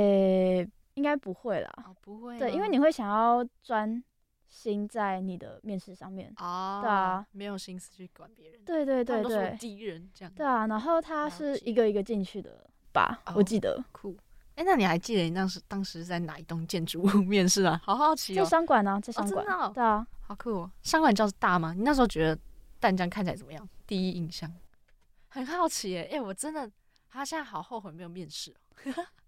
Speaker 2: 应该不会啦。
Speaker 1: 哦，不哎会吗，
Speaker 2: 对，因为你会想要专心在你的面试上面。
Speaker 1: 哦，
Speaker 2: 对啊，
Speaker 1: 没有心思去管别人，
Speaker 2: 对对
Speaker 1: 他们
Speaker 2: 对
Speaker 1: 都是我
Speaker 2: 对，
Speaker 1: 敌人这样，
Speaker 2: 对啊。然后他
Speaker 1: 了
Speaker 2: 是
Speaker 1: 解
Speaker 2: 一个一个进去的吧，
Speaker 1: 哦
Speaker 2: 我记得
Speaker 1: 酷。哎、那你还记得你当时当时在哪一栋建筑物面试啊？好好奇
Speaker 2: 在
Speaker 1: 哦，
Speaker 2: 商馆呢，在
Speaker 1: 哦，
Speaker 2: 商
Speaker 1: 真
Speaker 2: 馆。
Speaker 1: 的哦、
Speaker 2: 对啊，
Speaker 1: 好酷哦！商管教室大吗？你那时候觉得淡江看起来怎么样？第一印象？很好奇耶，哎、我真的，他现在好后悔没有面试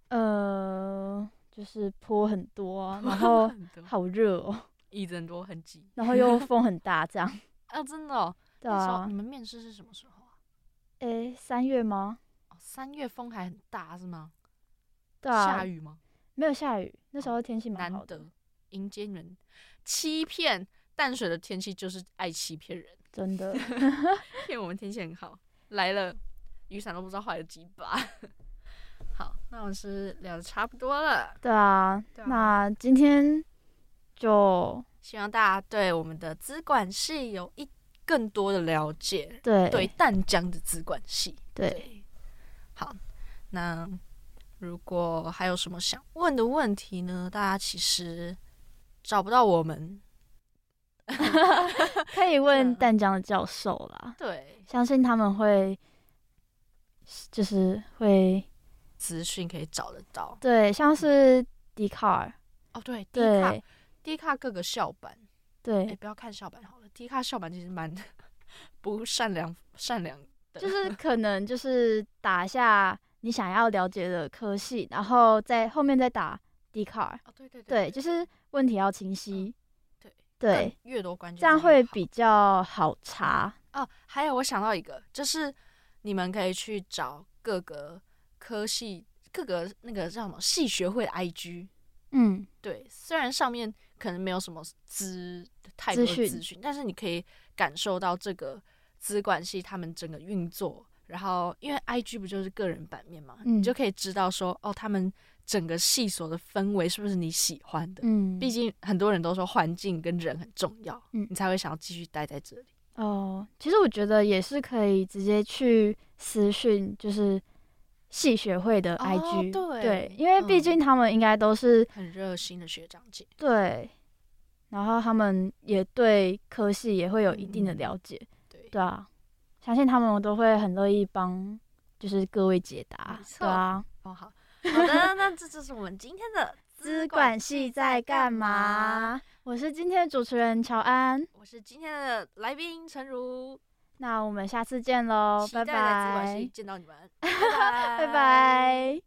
Speaker 1: 哦、
Speaker 2: 呃，就是坡很多啊，然后
Speaker 1: 哦很多
Speaker 2: 好热哦，
Speaker 1: 椅子很多，很挤
Speaker 2: 然 后又风很大，这样。
Speaker 1: 啊，真的、哦。
Speaker 2: 对
Speaker 1: 那时候
Speaker 2: 啊
Speaker 1: 你，们面试是什么时候啊？
Speaker 2: 诶，三月吗？
Speaker 1: 哦，三月风还很大是吗？
Speaker 2: 对啊
Speaker 1: 下，雨吗？
Speaker 2: 没有下雨，那时候天气蛮
Speaker 1: 难
Speaker 2: 好的
Speaker 1: 得，迎接你们欺骗淡水的天气就是爱欺 骗人，
Speaker 2: 真的。
Speaker 1: 骗我们天气很好，来了雨伞都不知道坏了几把。 好，那我是聊的差不多了。
Speaker 2: 对啊，
Speaker 1: 对啊
Speaker 2: 那今天就
Speaker 1: 希望大家对我们的资管系有一更多的了解，
Speaker 2: 对
Speaker 1: 对淡江的资管系。
Speaker 2: 对，
Speaker 1: 好，那如果还有什么想问的问题呢？大家其实找不到我 们，
Speaker 2: 可以问
Speaker 1: 嗯
Speaker 2: 淡江的教授啦，
Speaker 1: 对，
Speaker 2: 相信他们会，就是会
Speaker 1: 资讯可以找得到。
Speaker 2: 对，像是笛卡尔，
Speaker 1: 哦，对，低卡
Speaker 2: 对
Speaker 1: 低卡各个校版，哎、
Speaker 2: 对，
Speaker 1: 不要看校版好了，低卡校版其实蛮 不善良善良的，
Speaker 2: 就是可能就是打下你想要了解的科系，然后在后面再打笛卡尔，
Speaker 1: 哦，对对嗯
Speaker 2: 对，就是问题要清晰，
Speaker 1: 对
Speaker 2: 对，，
Speaker 1: 更越多关键
Speaker 2: 这样
Speaker 1: 字越
Speaker 2: 会
Speaker 1: 好
Speaker 2: 比较好查，
Speaker 1: 哦，还有我想到一个，就是你们可以去找各个科系、各个那个叫什么系学会的 IG。
Speaker 2: 嗯，
Speaker 1: 对，虽然上面可能没有什么资太多
Speaker 2: 资
Speaker 1: 的
Speaker 2: 讯
Speaker 1: 资讯，但是你可以感受到这个资管系他们整个运作。然后，因为 IG 不就是个人版面嘛，
Speaker 2: 嗯
Speaker 1: 你就可以知道说，哦，他们整个系所的氛围是不是你喜欢的？
Speaker 2: 嗯，
Speaker 1: 毕竟很多人都说环境跟人很重要，
Speaker 2: 嗯
Speaker 1: 你才会想要继续待在这里。
Speaker 2: 哦，其实我觉得也是可以直接去私讯，就是系学会的
Speaker 1: 哦
Speaker 2: IG，、
Speaker 1: 对
Speaker 2: 因为毕
Speaker 1: 嗯
Speaker 2: 竟他们应该都是、
Speaker 1: 很热心的学长姐，
Speaker 2: 对，然后他们也对科系也会有一定的
Speaker 1: 嗯
Speaker 2: 了解，
Speaker 1: 对，
Speaker 2: 对啊，相信他们都会很乐意帮，就是各位解答
Speaker 1: 没，错
Speaker 2: 对啊，
Speaker 1: 哦， 好，好的，那这就是我们今天的
Speaker 2: 资管系在干嘛？我是今天的主持人乔安，
Speaker 1: 我是今天的来宾陈如，
Speaker 2: 那我们下次见喽，
Speaker 1: 期
Speaker 2: 拜
Speaker 1: 待在资管系
Speaker 2: 拜，
Speaker 1: 见到你们，拜
Speaker 2: 拜。拜。